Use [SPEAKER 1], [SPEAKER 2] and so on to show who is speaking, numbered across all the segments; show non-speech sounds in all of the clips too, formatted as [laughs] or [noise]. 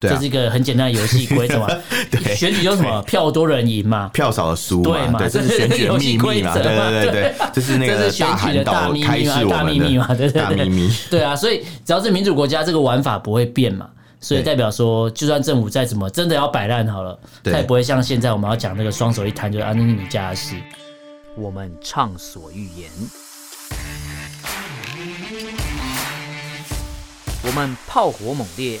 [SPEAKER 1] 对啊
[SPEAKER 2] 这是一个很简单的游戏规则嘛。
[SPEAKER 1] [laughs] 对
[SPEAKER 2] 选举就是什么票多人赢嘛。
[SPEAKER 1] 票少的输
[SPEAKER 2] 对嘛
[SPEAKER 1] 嘛，对，这是选举的
[SPEAKER 2] 游
[SPEAKER 1] 秘
[SPEAKER 2] 戏规
[SPEAKER 1] 密嘛，
[SPEAKER 2] 则
[SPEAKER 1] 对
[SPEAKER 2] 嘛
[SPEAKER 1] 对对对，这是那
[SPEAKER 2] 这
[SPEAKER 1] 个
[SPEAKER 2] 是选举
[SPEAKER 1] 韩
[SPEAKER 2] 的大
[SPEAKER 1] 岛
[SPEAKER 2] 秘
[SPEAKER 1] 开
[SPEAKER 2] 密嘛，
[SPEAKER 1] 始我
[SPEAKER 2] 大秘密嘛，
[SPEAKER 1] 们
[SPEAKER 2] 对
[SPEAKER 1] 的
[SPEAKER 2] 对
[SPEAKER 1] 大
[SPEAKER 2] 对，
[SPEAKER 1] 秘密，
[SPEAKER 2] 对啊，所以只要是民主国家，这个玩法不会变嘛，所以
[SPEAKER 1] 对
[SPEAKER 2] 代表说，就算政府再怎么真的要摆烂好了，
[SPEAKER 1] 对
[SPEAKER 2] 它也不会像现在我们要讲那个双手一摊就是啊，那是你家的事，我们畅所欲言，我们炮火猛烈。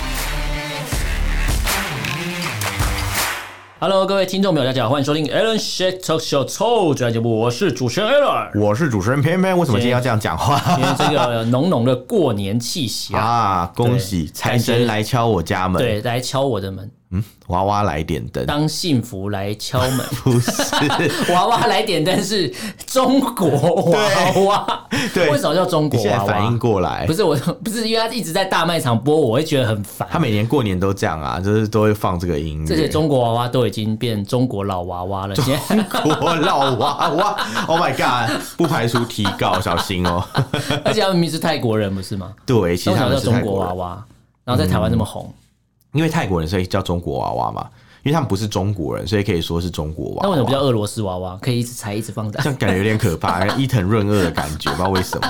[SPEAKER 2] Hello，各位听众朋友，大家好，欢迎收听 Alan Shake Talk Show 臭嘴艾节目，我是主持人 Alan。
[SPEAKER 1] 我是主持人偏偏，为什么今天要这样讲
[SPEAKER 2] 因为
[SPEAKER 1] 话？
[SPEAKER 2] 这个浓浓的过年气息啊，
[SPEAKER 1] 啊！恭喜
[SPEAKER 2] 对
[SPEAKER 1] 财神来敲我家门，
[SPEAKER 2] 对，来敲我的门，
[SPEAKER 1] 嗯，娃娃来点灯，
[SPEAKER 2] 当幸福来敲门。
[SPEAKER 1] [laughs] 不是，
[SPEAKER 2] 娃娃来点灯是中国娃娃，
[SPEAKER 1] 对
[SPEAKER 2] 为什么叫中
[SPEAKER 1] 你
[SPEAKER 2] 国
[SPEAKER 1] 现在
[SPEAKER 2] 娃
[SPEAKER 1] 反应
[SPEAKER 2] 娃？
[SPEAKER 1] 过来
[SPEAKER 2] 不，是我，不是因为他一直在大卖场播，我会觉得很烦。
[SPEAKER 1] 他每年过年都这样啊，就是都会放这个音乐，
[SPEAKER 2] 这些中国娃娃都已经变中国老娃娃了，现在
[SPEAKER 1] [laughs] 国老娃娃，Oh my God，不排除提告，小心
[SPEAKER 2] [laughs]
[SPEAKER 1] 哦。
[SPEAKER 2] 而且他们明明是泰国人，不是吗？
[SPEAKER 1] 对，其
[SPEAKER 2] 那
[SPEAKER 1] 实
[SPEAKER 2] 为什么
[SPEAKER 1] 他们
[SPEAKER 2] 叫
[SPEAKER 1] 是
[SPEAKER 2] 中
[SPEAKER 1] 泰
[SPEAKER 2] 国
[SPEAKER 1] 国
[SPEAKER 2] 娃
[SPEAKER 1] 人，嗯
[SPEAKER 2] 娃？然后在台湾那么红，
[SPEAKER 1] 因为泰国人所以叫中国娃娃嘛，因为他们不是中国人，所以可以说是中国娃
[SPEAKER 2] 那为
[SPEAKER 1] 娃。
[SPEAKER 2] 什么不叫俄罗斯娃娃？可以一直拆，一直放大
[SPEAKER 1] 这，样感觉有点可
[SPEAKER 2] [laughs]
[SPEAKER 1] 怕，伊藤润二的感觉，不知道为什么。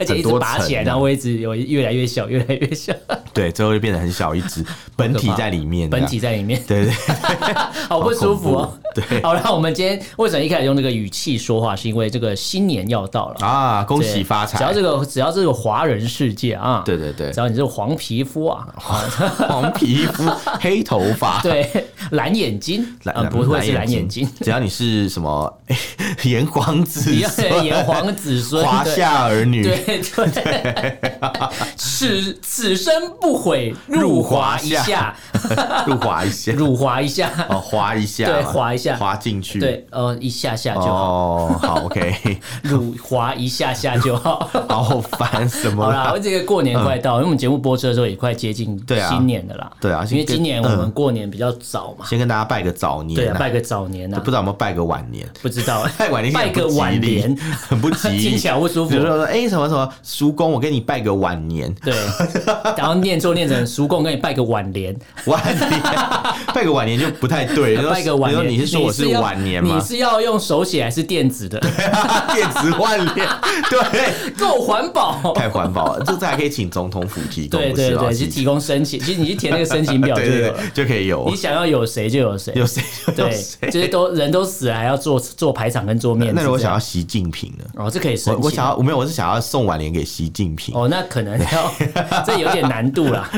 [SPEAKER 2] 而且一直拔起来，
[SPEAKER 1] 很多层啊啊
[SPEAKER 2] 然后会一直有越来越小，越来越小，
[SPEAKER 1] 对，最后就变得很小一只，本体在里面这
[SPEAKER 2] 本
[SPEAKER 1] 样。
[SPEAKER 2] 体在里面，
[SPEAKER 1] 对对
[SPEAKER 2] [laughs] 好不舒服哦。
[SPEAKER 1] 对
[SPEAKER 2] [laughs]
[SPEAKER 1] 对
[SPEAKER 2] 好了，我们今天为什么一开始用这个语气说话，是因为这个新年要到了。
[SPEAKER 1] 啊，恭
[SPEAKER 2] 对
[SPEAKER 1] 喜发
[SPEAKER 2] 只要
[SPEAKER 1] 财！
[SPEAKER 2] 这个只要这个华人世界啊，
[SPEAKER 1] 对对对
[SPEAKER 2] 只，要你是黄皮肤 [laughs] 啊，
[SPEAKER 1] 黄皮肤、 [laughs] 黑头发，
[SPEAKER 2] [laughs] 对，蓝眼睛，
[SPEAKER 1] 蓝，
[SPEAKER 2] 啊，
[SPEAKER 1] 蓝
[SPEAKER 2] 不会是蓝
[SPEAKER 1] 蓝
[SPEAKER 2] 眼睛，，
[SPEAKER 1] 只要你是什么 [laughs] 炎
[SPEAKER 2] [laughs]
[SPEAKER 1] 黄子
[SPEAKER 2] 你要
[SPEAKER 1] 孙、
[SPEAKER 2] 炎黄子孙，
[SPEAKER 1] 华夏儿女，
[SPEAKER 2] 对对 [laughs] 对，此此生不悔，入华一下，
[SPEAKER 1] 入华一下，
[SPEAKER 2] 入华一下，
[SPEAKER 1] 哦，滑一下嘛，
[SPEAKER 2] 对滑一下
[SPEAKER 1] 滑进去，，
[SPEAKER 2] 对，呃，一下下就好，
[SPEAKER 1] 哦，好，OK，
[SPEAKER 2] [laughs] 入华一下下就好。
[SPEAKER 1] 好烦，什么
[SPEAKER 2] 好啦
[SPEAKER 1] 啦，？嗯
[SPEAKER 2] 这个过年快到，因为我们节目播出的时候也快接近
[SPEAKER 1] 对啊
[SPEAKER 2] 新年的啦。
[SPEAKER 1] 对啊
[SPEAKER 2] 因为
[SPEAKER 1] 先
[SPEAKER 2] 今年我们过年比较早嘛，
[SPEAKER 1] 先跟大家拜个早年，
[SPEAKER 2] 对啊，拜个早年啊
[SPEAKER 1] 嗯不，知道有没有拜个晚年？
[SPEAKER 2] 不知
[SPEAKER 1] [laughs]
[SPEAKER 2] 道
[SPEAKER 1] 拜晚年
[SPEAKER 2] 拜
[SPEAKER 1] 听起来
[SPEAKER 2] 个
[SPEAKER 1] 不吉
[SPEAKER 2] 晚
[SPEAKER 1] 利
[SPEAKER 2] 年，
[SPEAKER 1] 很 [laughs] 不吉
[SPEAKER 2] [laughs]
[SPEAKER 1] 利，
[SPEAKER 2] 听起来不舒服
[SPEAKER 1] 比如说说，哎，什么什么，叔公，我跟你拜个晚年， [laughs]
[SPEAKER 2] 对，然后念错念成叔公跟你拜个晚年，
[SPEAKER 1] 晚年， [laughs] 拜个晚年就不太对。
[SPEAKER 2] [laughs] 拜个晚
[SPEAKER 1] 你说
[SPEAKER 2] 年。
[SPEAKER 1] 你是说我是
[SPEAKER 2] 要
[SPEAKER 1] 晚年
[SPEAKER 2] 你
[SPEAKER 1] 吗？
[SPEAKER 2] 是要用手写还是电子
[SPEAKER 1] [laughs]
[SPEAKER 2] 的？
[SPEAKER 1] 电子换脸， [laughs] 对，
[SPEAKER 2] 够环保。
[SPEAKER 1] 太环保了，这这还可以请总统府提供，
[SPEAKER 2] 对
[SPEAKER 1] 不是
[SPEAKER 2] 对
[SPEAKER 1] 哦
[SPEAKER 2] 对，
[SPEAKER 1] 请
[SPEAKER 2] 去提供申请，其实你去填那个申请
[SPEAKER 1] [laughs]
[SPEAKER 2] 表就
[SPEAKER 1] 对对
[SPEAKER 2] 有了
[SPEAKER 1] 对，。就可以有
[SPEAKER 2] 你想要有谁就有谁，
[SPEAKER 1] 有谁有
[SPEAKER 2] 对，
[SPEAKER 1] 谁。
[SPEAKER 2] 就是都人都死了，还要做做排场跟做面子。
[SPEAKER 1] 那如果想
[SPEAKER 2] 要
[SPEAKER 1] 要习近平呢？
[SPEAKER 2] 哦，这可以申
[SPEAKER 1] 我
[SPEAKER 2] 请。
[SPEAKER 1] 我想要我没有，我是想要送晚年给习近平，
[SPEAKER 2] 哦，那可能要
[SPEAKER 1] [laughs]
[SPEAKER 2] 这有点难度啦。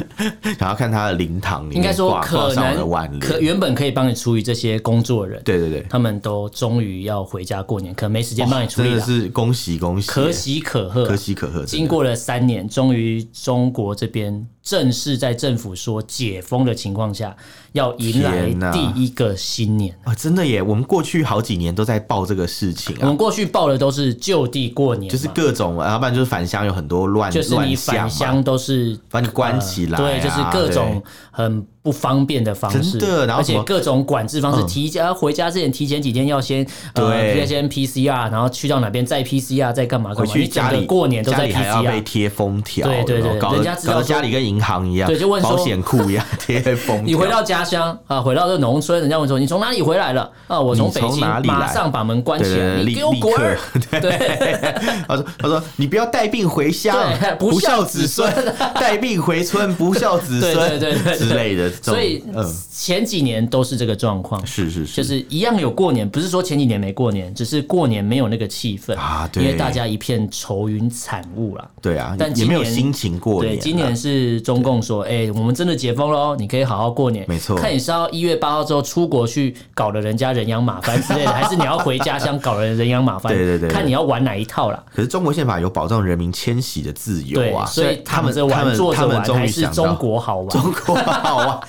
[SPEAKER 1] 想要看他的灵堂里面
[SPEAKER 2] 应该说
[SPEAKER 1] 挂
[SPEAKER 2] 可
[SPEAKER 1] 挂上我的晚
[SPEAKER 2] 能
[SPEAKER 1] 年。
[SPEAKER 2] 可原本可以帮你处理这些工作的人，
[SPEAKER 1] 对对对，
[SPEAKER 2] 他们都终于要回家过年，可能没时间帮你处
[SPEAKER 1] 真
[SPEAKER 2] 理
[SPEAKER 1] 的
[SPEAKER 2] 了。
[SPEAKER 1] 是恭喜恭喜，
[SPEAKER 2] 可喜可贺，
[SPEAKER 1] 可喜可贺。
[SPEAKER 2] 经
[SPEAKER 1] 真的
[SPEAKER 2] 过了三年，终于中国这边正式在政府说解封的情况下，要迎
[SPEAKER 1] 天
[SPEAKER 2] 来
[SPEAKER 1] 哪
[SPEAKER 2] 第一个新年。
[SPEAKER 1] 啊，真的耶！我们过去好几年都在报这个事情
[SPEAKER 2] 我
[SPEAKER 1] 啊，
[SPEAKER 2] 们过去报的都是就地过年嘛，
[SPEAKER 1] 就是各种，啊要不然就是返乡有很多乱
[SPEAKER 2] 就是
[SPEAKER 1] 乱
[SPEAKER 2] 你
[SPEAKER 1] 象
[SPEAKER 2] 返
[SPEAKER 1] 嘛，
[SPEAKER 2] 乡都是
[SPEAKER 1] 把你关起来啊，
[SPEAKER 2] 对，就是各种很不方便的方式，
[SPEAKER 1] 真的然后
[SPEAKER 2] 而
[SPEAKER 1] 什
[SPEAKER 2] 且
[SPEAKER 1] 么
[SPEAKER 2] 各种管制方式，
[SPEAKER 1] 嗯
[SPEAKER 2] 提前、回家之前提前几天要先呃，
[SPEAKER 1] 对
[SPEAKER 2] 要先 PCR，然后去到哪边再 PCR，再干嘛
[SPEAKER 1] 对。
[SPEAKER 2] 干
[SPEAKER 1] 回
[SPEAKER 2] 嘛，
[SPEAKER 1] 去
[SPEAKER 2] 你整
[SPEAKER 1] 家
[SPEAKER 2] 个
[SPEAKER 1] 里
[SPEAKER 2] 过年都
[SPEAKER 1] 家
[SPEAKER 2] 在
[SPEAKER 1] 里还要被
[SPEAKER 2] PCR。
[SPEAKER 1] 贴封条，
[SPEAKER 2] 对对对
[SPEAKER 1] 有没有搞
[SPEAKER 2] 人
[SPEAKER 1] 得
[SPEAKER 2] 家知道
[SPEAKER 1] 搞得
[SPEAKER 2] 说
[SPEAKER 1] 家里跟银行一样，
[SPEAKER 2] 对就问说
[SPEAKER 1] 保险库
[SPEAKER 2] [laughs]
[SPEAKER 1] 一样贴封条。
[SPEAKER 2] 你回到家乡啊，回到这农村，人家问说你从哪里回来了啊？我从
[SPEAKER 1] 你
[SPEAKER 2] 北
[SPEAKER 1] 从
[SPEAKER 2] 京，
[SPEAKER 1] 哪里来
[SPEAKER 2] 马上把门关起来，你
[SPEAKER 1] 对对对立
[SPEAKER 2] 给我
[SPEAKER 1] 立
[SPEAKER 2] 滚儿！[laughs]
[SPEAKER 1] 刻 [laughs]
[SPEAKER 2] 对，
[SPEAKER 1] 他说：“他说你不要带病回乡
[SPEAKER 2] 对，不
[SPEAKER 1] 不
[SPEAKER 2] 孝
[SPEAKER 1] 孝
[SPEAKER 2] 子
[SPEAKER 1] 子孙；带病回村，不孝子孙，
[SPEAKER 2] 对对对对对
[SPEAKER 1] 之类的。”
[SPEAKER 2] 所以
[SPEAKER 1] 嗯，
[SPEAKER 2] 前几年都是这个状况，
[SPEAKER 1] 是是是，
[SPEAKER 2] 就是一样有过年，不是说前几年没过年，只是过年没有那个气氛
[SPEAKER 1] 啊
[SPEAKER 2] 因
[SPEAKER 1] 对
[SPEAKER 2] 为大家一片愁云惨雾啦。
[SPEAKER 1] 对啊，
[SPEAKER 2] 但
[SPEAKER 1] 也
[SPEAKER 2] 今
[SPEAKER 1] 没有
[SPEAKER 2] 年
[SPEAKER 1] 心情过年
[SPEAKER 2] 对，
[SPEAKER 1] 啊。
[SPEAKER 2] 今年是中共说，哎、我们真的解封喽，你可以好好过年。
[SPEAKER 1] 没错
[SPEAKER 2] 看你是要一月八号之后出国去搞得人家人仰马翻之类的，还是你要回家乡搞得人仰马翻？
[SPEAKER 1] 对对对对
[SPEAKER 2] 看你要玩哪一套啦。
[SPEAKER 1] 可是中国宪法有保障人民迁徙的自
[SPEAKER 2] 对
[SPEAKER 1] 由啊，，
[SPEAKER 2] 所以
[SPEAKER 1] 他们
[SPEAKER 2] 躺着
[SPEAKER 1] 他
[SPEAKER 2] 玩、
[SPEAKER 1] 们
[SPEAKER 2] 坐
[SPEAKER 1] 他
[SPEAKER 2] 着
[SPEAKER 1] 们
[SPEAKER 2] 玩，
[SPEAKER 1] 终
[SPEAKER 2] 还
[SPEAKER 1] 于
[SPEAKER 2] 是
[SPEAKER 1] 想
[SPEAKER 2] 中
[SPEAKER 1] 到嗯
[SPEAKER 2] 国好
[SPEAKER 1] [laughs]
[SPEAKER 2] 玩。
[SPEAKER 1] 中国好玩，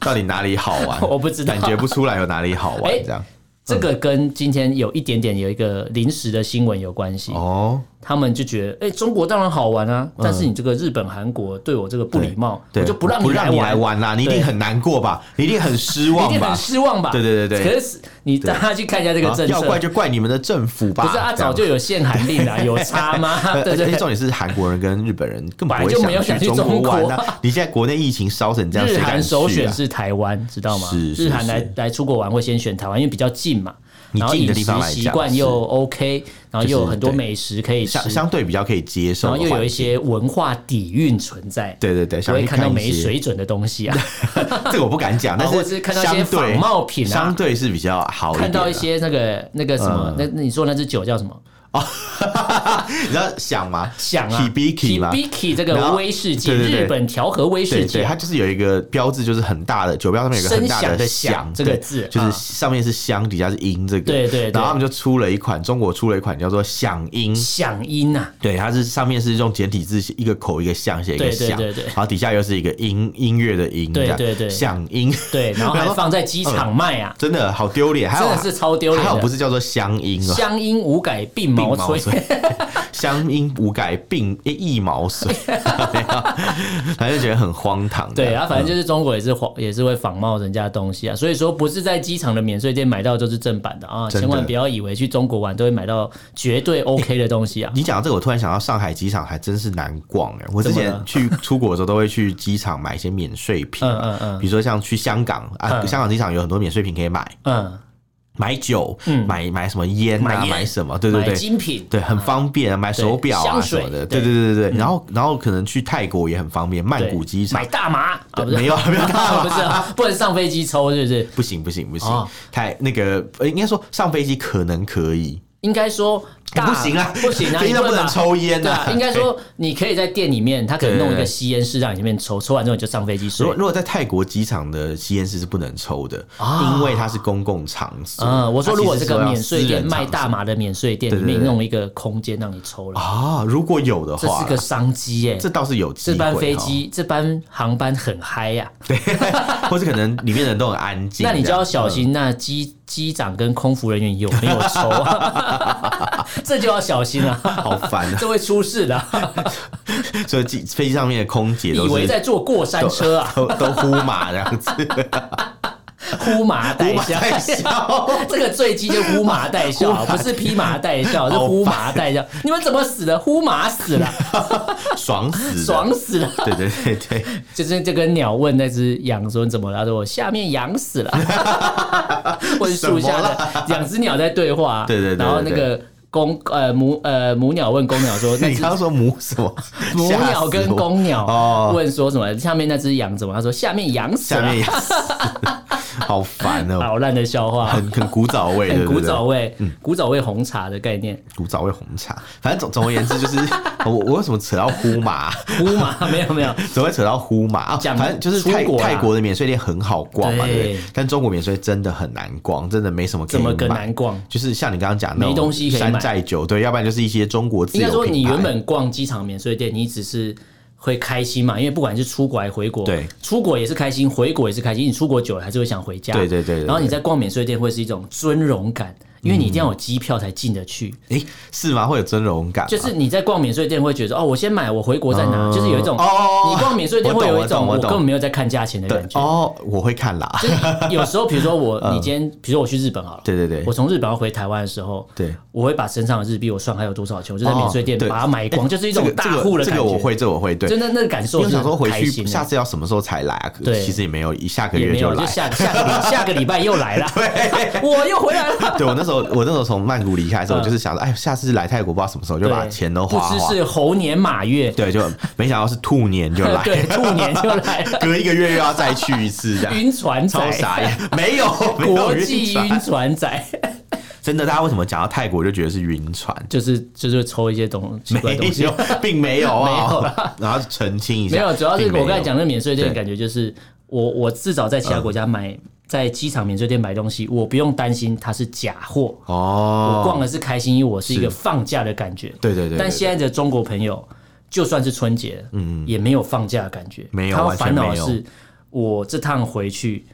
[SPEAKER 1] 到底哪里好玩？
[SPEAKER 2] [laughs] 我不知道
[SPEAKER 1] 感觉不出来有哪里好玩
[SPEAKER 2] 哎
[SPEAKER 1] 这样。
[SPEAKER 2] 这个跟今天有一点点有一个临时的新闻有关系。
[SPEAKER 1] 哦，嗯
[SPEAKER 2] 他们就觉得，哎、中国当然好玩啊，但是你这个日本、韩国对我这个不礼貌，
[SPEAKER 1] 对，
[SPEAKER 2] 我就不让
[SPEAKER 1] 不
[SPEAKER 2] 你来
[SPEAKER 1] 让你来
[SPEAKER 2] 玩，
[SPEAKER 1] 玩啦，你一定
[SPEAKER 2] 对
[SPEAKER 1] 很难过吧？你一定很失
[SPEAKER 2] 你一
[SPEAKER 1] 望
[SPEAKER 2] 定很
[SPEAKER 1] 吧？
[SPEAKER 2] 失望吧？
[SPEAKER 1] 对对对对
[SPEAKER 2] 可是你大家去看一下这个
[SPEAKER 1] 啊
[SPEAKER 2] 政
[SPEAKER 1] 要
[SPEAKER 2] 策，
[SPEAKER 1] 怪就怪你们的政府吧。
[SPEAKER 2] 不是啊，
[SPEAKER 1] 这样
[SPEAKER 2] 早就有限韩令了，有差吗？
[SPEAKER 1] [laughs] 呃
[SPEAKER 2] 对不
[SPEAKER 1] 而且
[SPEAKER 2] 对？
[SPEAKER 1] 重点是韩国人跟日本人根本不
[SPEAKER 2] 本来就没
[SPEAKER 1] 会
[SPEAKER 2] 有想
[SPEAKER 1] 去
[SPEAKER 2] 去中
[SPEAKER 1] 中
[SPEAKER 2] 国
[SPEAKER 1] 国玩啊！你现在国内疫情烧成这样，
[SPEAKER 2] 日
[SPEAKER 1] 谁敢
[SPEAKER 2] 韩
[SPEAKER 1] 去啊
[SPEAKER 2] 首选是台湾，知道吗？
[SPEAKER 1] 是是
[SPEAKER 2] 日韩来
[SPEAKER 1] 是
[SPEAKER 2] 来出国玩会先选台湾，因为比较近嘛，
[SPEAKER 1] 你
[SPEAKER 2] 然后
[SPEAKER 1] 近的
[SPEAKER 2] 饮
[SPEAKER 1] 地
[SPEAKER 2] 食
[SPEAKER 1] 方来
[SPEAKER 2] 习
[SPEAKER 1] 讲
[SPEAKER 2] 惯
[SPEAKER 1] 是
[SPEAKER 2] 又 OK，然后又有很多
[SPEAKER 1] 就是对
[SPEAKER 2] 美食可以吃，
[SPEAKER 1] 相相对比较可以接受
[SPEAKER 2] 然
[SPEAKER 1] 的
[SPEAKER 2] 后
[SPEAKER 1] 环
[SPEAKER 2] 又有
[SPEAKER 1] 境，
[SPEAKER 2] 一些文化底蕴存在。
[SPEAKER 1] 对对对，
[SPEAKER 2] 不
[SPEAKER 1] 想
[SPEAKER 2] 会
[SPEAKER 1] 去
[SPEAKER 2] 看到
[SPEAKER 1] 一
[SPEAKER 2] 没
[SPEAKER 1] 些，
[SPEAKER 2] 水准的东西啊，
[SPEAKER 1] [laughs] 这个我不敢讲，但
[SPEAKER 2] 啊或者
[SPEAKER 1] 是
[SPEAKER 2] 是看到一些
[SPEAKER 1] 相对
[SPEAKER 2] 仿冒品啊
[SPEAKER 1] 相对是比较好一点
[SPEAKER 2] 看
[SPEAKER 1] 啊。
[SPEAKER 2] 到一些那个那个什么
[SPEAKER 1] 嗯，
[SPEAKER 2] 那那你说那支酒叫什么？
[SPEAKER 1] 你知道想吗？
[SPEAKER 2] 想啊
[SPEAKER 1] Hibiki 嘛
[SPEAKER 2] Hibiki 这
[SPEAKER 1] 然
[SPEAKER 2] 个
[SPEAKER 1] 后
[SPEAKER 2] 威士忌，
[SPEAKER 1] 对对对
[SPEAKER 2] 日本调和威士
[SPEAKER 1] 对
[SPEAKER 2] 忌
[SPEAKER 1] 对，，它就是有一个标志，就是很大的酒标上面有一个很大
[SPEAKER 2] 声响的
[SPEAKER 1] 响
[SPEAKER 2] 响这个
[SPEAKER 1] 对
[SPEAKER 2] 字
[SPEAKER 1] 就是
[SPEAKER 2] 啊
[SPEAKER 1] 上面是香，底下是音这个。
[SPEAKER 2] 对对对
[SPEAKER 1] 然后他们就出了一款，中国出了一款叫做响音。
[SPEAKER 2] 响音啊呐，
[SPEAKER 1] 对，它是上面是用简体字写一个口一个象写一个
[SPEAKER 2] 对对
[SPEAKER 1] 响，
[SPEAKER 2] 对对
[SPEAKER 1] 然后底下又是一个音音乐的音，
[SPEAKER 2] 对
[SPEAKER 1] 这样
[SPEAKER 2] 对对
[SPEAKER 1] 响音， [laughs]
[SPEAKER 2] 对，然后还放在机
[SPEAKER 1] 嗯
[SPEAKER 2] 场卖啊，
[SPEAKER 1] 真的好丢脸，还
[SPEAKER 2] 真
[SPEAKER 1] 好
[SPEAKER 2] 的是超丢脸
[SPEAKER 1] 还好
[SPEAKER 2] 的
[SPEAKER 1] 不。是叫做乡音啊，
[SPEAKER 2] 乡音无改鬓毛
[SPEAKER 1] 鬓毛
[SPEAKER 2] 衰，
[SPEAKER 1] 衰，乡音无改鬓一毛 [laughs] 衰，他就觉得很荒唐
[SPEAKER 2] [laughs]
[SPEAKER 1] 这
[SPEAKER 2] 对
[SPEAKER 1] 样。
[SPEAKER 2] 啊，反正就是中国也是仿，也是会仿冒人家的东西啊，所以说不是在机场的免税店买到就是正版的啊，
[SPEAKER 1] 真
[SPEAKER 2] 千
[SPEAKER 1] 的
[SPEAKER 2] 万不要以为去中国玩都会买到绝对 OK 的东西
[SPEAKER 1] [laughs]
[SPEAKER 2] 啊。
[SPEAKER 1] 你讲到这个，我突然想到上海机场还真是难逛哎、我之
[SPEAKER 2] 怎
[SPEAKER 1] 前
[SPEAKER 2] 么了
[SPEAKER 1] 去出国的时候，都会去机场买一些免税品
[SPEAKER 2] 嗯
[SPEAKER 1] 嘛，
[SPEAKER 2] 嗯嗯
[SPEAKER 1] 比如说像去香港啊，
[SPEAKER 2] 嗯
[SPEAKER 1] 香港机场有很多免税品可以买，
[SPEAKER 2] 嗯，
[SPEAKER 1] 买酒，买买什么烟
[SPEAKER 2] 买
[SPEAKER 1] 啊，
[SPEAKER 2] 烟
[SPEAKER 1] 买什么，对对
[SPEAKER 2] 嗯买
[SPEAKER 1] 对，
[SPEAKER 2] 精品，
[SPEAKER 1] 对，很方便，买手表啊
[SPEAKER 2] 香
[SPEAKER 1] 什
[SPEAKER 2] 水
[SPEAKER 1] 么的，对
[SPEAKER 2] 对
[SPEAKER 1] 对对对对。然后然后可能去泰国也很方便，曼
[SPEAKER 2] 对
[SPEAKER 1] 谷机场
[SPEAKER 2] 买 [laughs] 大麻啊，
[SPEAKER 1] 对
[SPEAKER 2] 不是
[SPEAKER 1] 没有没有大
[SPEAKER 2] [laughs]
[SPEAKER 1] 麻
[SPEAKER 2] 不是啊，不能上飞机抽，是不是？
[SPEAKER 1] 不行不行不行
[SPEAKER 2] 哦，
[SPEAKER 1] 太那个呃应该说上飞机可能可以，
[SPEAKER 2] 应该说
[SPEAKER 1] 哎
[SPEAKER 2] 大
[SPEAKER 1] 不行啊，
[SPEAKER 2] 不行啊，
[SPEAKER 1] [laughs] 飞机上不能
[SPEAKER 2] 把
[SPEAKER 1] 抽烟
[SPEAKER 2] 对
[SPEAKER 1] 啊
[SPEAKER 2] 啊，，应该说你可以在店里面，他可能弄一
[SPEAKER 1] 对对
[SPEAKER 2] 个
[SPEAKER 1] 对
[SPEAKER 2] 吸烟室让你里面抽，抽完之后你就上飞机睡
[SPEAKER 1] 如果。如果在泰国机场的吸烟室是不能抽的，因为它是公共场所。
[SPEAKER 2] 啊嗯，我说
[SPEAKER 1] 它
[SPEAKER 2] 如果
[SPEAKER 1] 其
[SPEAKER 2] 这
[SPEAKER 1] 实
[SPEAKER 2] 个
[SPEAKER 1] 要
[SPEAKER 2] 免税
[SPEAKER 1] 私
[SPEAKER 2] 店
[SPEAKER 1] 人
[SPEAKER 2] 卖
[SPEAKER 1] 场
[SPEAKER 2] 大麻的免税店
[SPEAKER 1] 对
[SPEAKER 2] 里
[SPEAKER 1] 对
[SPEAKER 2] 面
[SPEAKER 1] 对
[SPEAKER 2] 弄一个空间让你抽了，
[SPEAKER 1] 啊，如果有的
[SPEAKER 2] 这
[SPEAKER 1] 话
[SPEAKER 2] 是个
[SPEAKER 1] 啦，
[SPEAKER 2] 商机耶、
[SPEAKER 1] 这倒是有
[SPEAKER 2] [laughs] 这
[SPEAKER 1] 机会。哦
[SPEAKER 2] 班飞，机，这班航班很嗨呀、
[SPEAKER 1] 哦或是可能里面的人都很安静。
[SPEAKER 2] [laughs] 那你就
[SPEAKER 1] 这样
[SPEAKER 2] 要小心，那机机长跟空服人员有没有抽、啊？ [laughs] 这就要小心了、
[SPEAKER 1] 好烦
[SPEAKER 2] [laughs]
[SPEAKER 1] 啊！
[SPEAKER 2] 这会出事的
[SPEAKER 1] [laughs]
[SPEAKER 2] 啊、
[SPEAKER 1] 所以机飞机上面的空姐
[SPEAKER 2] 以
[SPEAKER 1] 都
[SPEAKER 2] 为
[SPEAKER 1] 是
[SPEAKER 2] 在坐过山车啊，
[SPEAKER 1] 都都呼马这
[SPEAKER 2] [laughs]
[SPEAKER 1] 样子，
[SPEAKER 2] 呼麻带
[SPEAKER 1] 呼马
[SPEAKER 2] 笑。[laughs]
[SPEAKER 1] 在笑。
[SPEAKER 2] 这个醉鸡就呼麻带笑啊，不是披麻戴孝，是呼麻带笑。你们怎么死的？呼麻死了，
[SPEAKER 1] 爽死，
[SPEAKER 2] 爽，死了。
[SPEAKER 1] 对对对对，
[SPEAKER 2] 就是就跟鸟问那只羊说你怎么了？他说我下面痒死了，
[SPEAKER 1] [laughs]
[SPEAKER 2] 或者树下的两只鸟在对话，
[SPEAKER 1] 对对对对
[SPEAKER 2] 然后那个公呃母呃母鸟问公鸟说那
[SPEAKER 1] [laughs] 你
[SPEAKER 2] 只
[SPEAKER 1] 刚刚说母什么？
[SPEAKER 2] [laughs] 母
[SPEAKER 1] 吓死
[SPEAKER 2] 鸟
[SPEAKER 1] 我
[SPEAKER 2] 跟公鸟
[SPEAKER 1] 哦
[SPEAKER 2] 问说什么？下面那只羊怎么？他说下面痒死
[SPEAKER 1] [laughs] 下
[SPEAKER 2] 了
[SPEAKER 1] 面，也死， [laughs] 好烦哦，
[SPEAKER 2] 好烂的笑话。
[SPEAKER 1] 很很古早味， [laughs] 对嗯
[SPEAKER 2] 很
[SPEAKER 1] 不
[SPEAKER 2] 古
[SPEAKER 1] 对？
[SPEAKER 2] 早味，古早味红茶的概念，
[SPEAKER 1] 古早味红茶，反正总总而言之就是我我为什么扯到呼麻？
[SPEAKER 2] 呼嘛， [laughs] 没有没有，
[SPEAKER 1] 怎么会扯到呼麻啊？
[SPEAKER 2] 讲
[SPEAKER 1] 反正就是
[SPEAKER 2] 出
[SPEAKER 1] 泰
[SPEAKER 2] 国啦
[SPEAKER 1] 泰国的免税店很好逛嘛，
[SPEAKER 2] 对
[SPEAKER 1] 对不对？但中国免税真的很难逛，真的没什么可
[SPEAKER 2] 怎
[SPEAKER 1] 以
[SPEAKER 2] 么个
[SPEAKER 1] 买。
[SPEAKER 2] 难逛？
[SPEAKER 1] 就是像你刚刚讲的那
[SPEAKER 2] 没
[SPEAKER 1] 种
[SPEAKER 2] 东西可以买
[SPEAKER 1] 山寨酒，对，要不然就是一些中国自
[SPEAKER 2] 应
[SPEAKER 1] 有
[SPEAKER 2] 该
[SPEAKER 1] 品牌。
[SPEAKER 2] 说你原本逛机场免税店，你只是会开心嘛，因为不管是出国还是回国，
[SPEAKER 1] 对，
[SPEAKER 2] 出国也是开心，回国也是开心。你出国久了还是会想回家，
[SPEAKER 1] 对对对对对
[SPEAKER 2] 然后你在逛免税店会是一种尊荣感，因为你一定要有机票才进得去。
[SPEAKER 1] 诶是吗？会有尊荣感吗，
[SPEAKER 2] 就是你在逛免税店会觉得哦，我先买，我回国再拿，
[SPEAKER 1] 嗯
[SPEAKER 2] 就是有一种
[SPEAKER 1] 哦哦哦
[SPEAKER 2] 你逛免税店会有一
[SPEAKER 1] 我懂
[SPEAKER 2] 种
[SPEAKER 1] 我懂我
[SPEAKER 2] 我
[SPEAKER 1] 懂
[SPEAKER 2] 根本没有在看价钱的
[SPEAKER 1] 对
[SPEAKER 2] 感觉。
[SPEAKER 1] 哦，我会看啦。
[SPEAKER 2] 就是有时候，比如说
[SPEAKER 1] [laughs]
[SPEAKER 2] 我，你今天，比如说我去日本好了，
[SPEAKER 1] 对对对
[SPEAKER 2] 我从日本要回台湾的时候，
[SPEAKER 1] 对，
[SPEAKER 2] 我会把身上的日币我算还有多少钱，我就在免税店
[SPEAKER 1] 哦对
[SPEAKER 2] 把它买光，就是一种
[SPEAKER 1] 这个
[SPEAKER 2] 大户的
[SPEAKER 1] 这
[SPEAKER 2] 感
[SPEAKER 1] 个
[SPEAKER 2] 觉。
[SPEAKER 1] 这个我会，这个我会对
[SPEAKER 2] 就。那那个感
[SPEAKER 1] 因
[SPEAKER 2] 受
[SPEAKER 1] 为我
[SPEAKER 2] 是
[SPEAKER 1] 想说回
[SPEAKER 2] 开
[SPEAKER 1] 去
[SPEAKER 2] 心的，
[SPEAKER 1] 下次要什么时候才来啊？可
[SPEAKER 2] 对
[SPEAKER 1] 其实也没有，一下个
[SPEAKER 2] 也
[SPEAKER 1] 月
[SPEAKER 2] 没有，就
[SPEAKER 1] 来。
[SPEAKER 2] 下下个
[SPEAKER 1] [laughs]
[SPEAKER 2] 礼下个礼拜又来了，我又回来了。
[SPEAKER 1] 对我那时候，我那时候从曼谷离开的时候，
[SPEAKER 2] 嗯
[SPEAKER 1] 我就是想着，哎，下次来泰国不知道什么时候，就把
[SPEAKER 2] 对
[SPEAKER 1] 钱都
[SPEAKER 2] 不
[SPEAKER 1] 花花
[SPEAKER 2] 知。是猴年马月，
[SPEAKER 1] 对，就没想到是兔年就
[SPEAKER 2] [laughs]
[SPEAKER 1] 来，
[SPEAKER 2] 对，兔年就来
[SPEAKER 1] [laughs]
[SPEAKER 2] 了，
[SPEAKER 1] 隔一个月又要再去一次，这
[SPEAKER 2] [laughs]
[SPEAKER 1] 样
[SPEAKER 2] 晕船
[SPEAKER 1] 超
[SPEAKER 2] 仔，
[SPEAKER 1] 傻眼。
[SPEAKER 2] [laughs]
[SPEAKER 1] 没有，没有
[SPEAKER 2] 国
[SPEAKER 1] 晕
[SPEAKER 2] 际
[SPEAKER 1] 船，
[SPEAKER 2] 晕船仔，
[SPEAKER 1] 真的，大家为什么讲到泰国就觉得是晕船？
[SPEAKER 2] 就是就是抽一些东奇怪
[SPEAKER 1] 没
[SPEAKER 2] 的东西。
[SPEAKER 1] 有，并没有
[SPEAKER 2] [laughs] 没有
[SPEAKER 1] 啊。然后澄清一下，
[SPEAKER 2] 没有，主要是
[SPEAKER 1] 并没有
[SPEAKER 2] 我刚才讲的免税店，
[SPEAKER 1] 对嗯
[SPEAKER 2] 感觉就是我我至少在其他国家买，在机场免税店买东西，我不用担心它是假货，我
[SPEAKER 1] 哦，
[SPEAKER 2] 逛的是开心，因为我是一个
[SPEAKER 1] 是
[SPEAKER 2] 放假的感觉。
[SPEAKER 1] 对对对对
[SPEAKER 2] 但现在的中国朋友，就算是春节，嗯，也没有放假的感觉，
[SPEAKER 1] 没有
[SPEAKER 2] 他
[SPEAKER 1] 完全
[SPEAKER 2] 烦恼的
[SPEAKER 1] 没有
[SPEAKER 2] 是我这趟回去，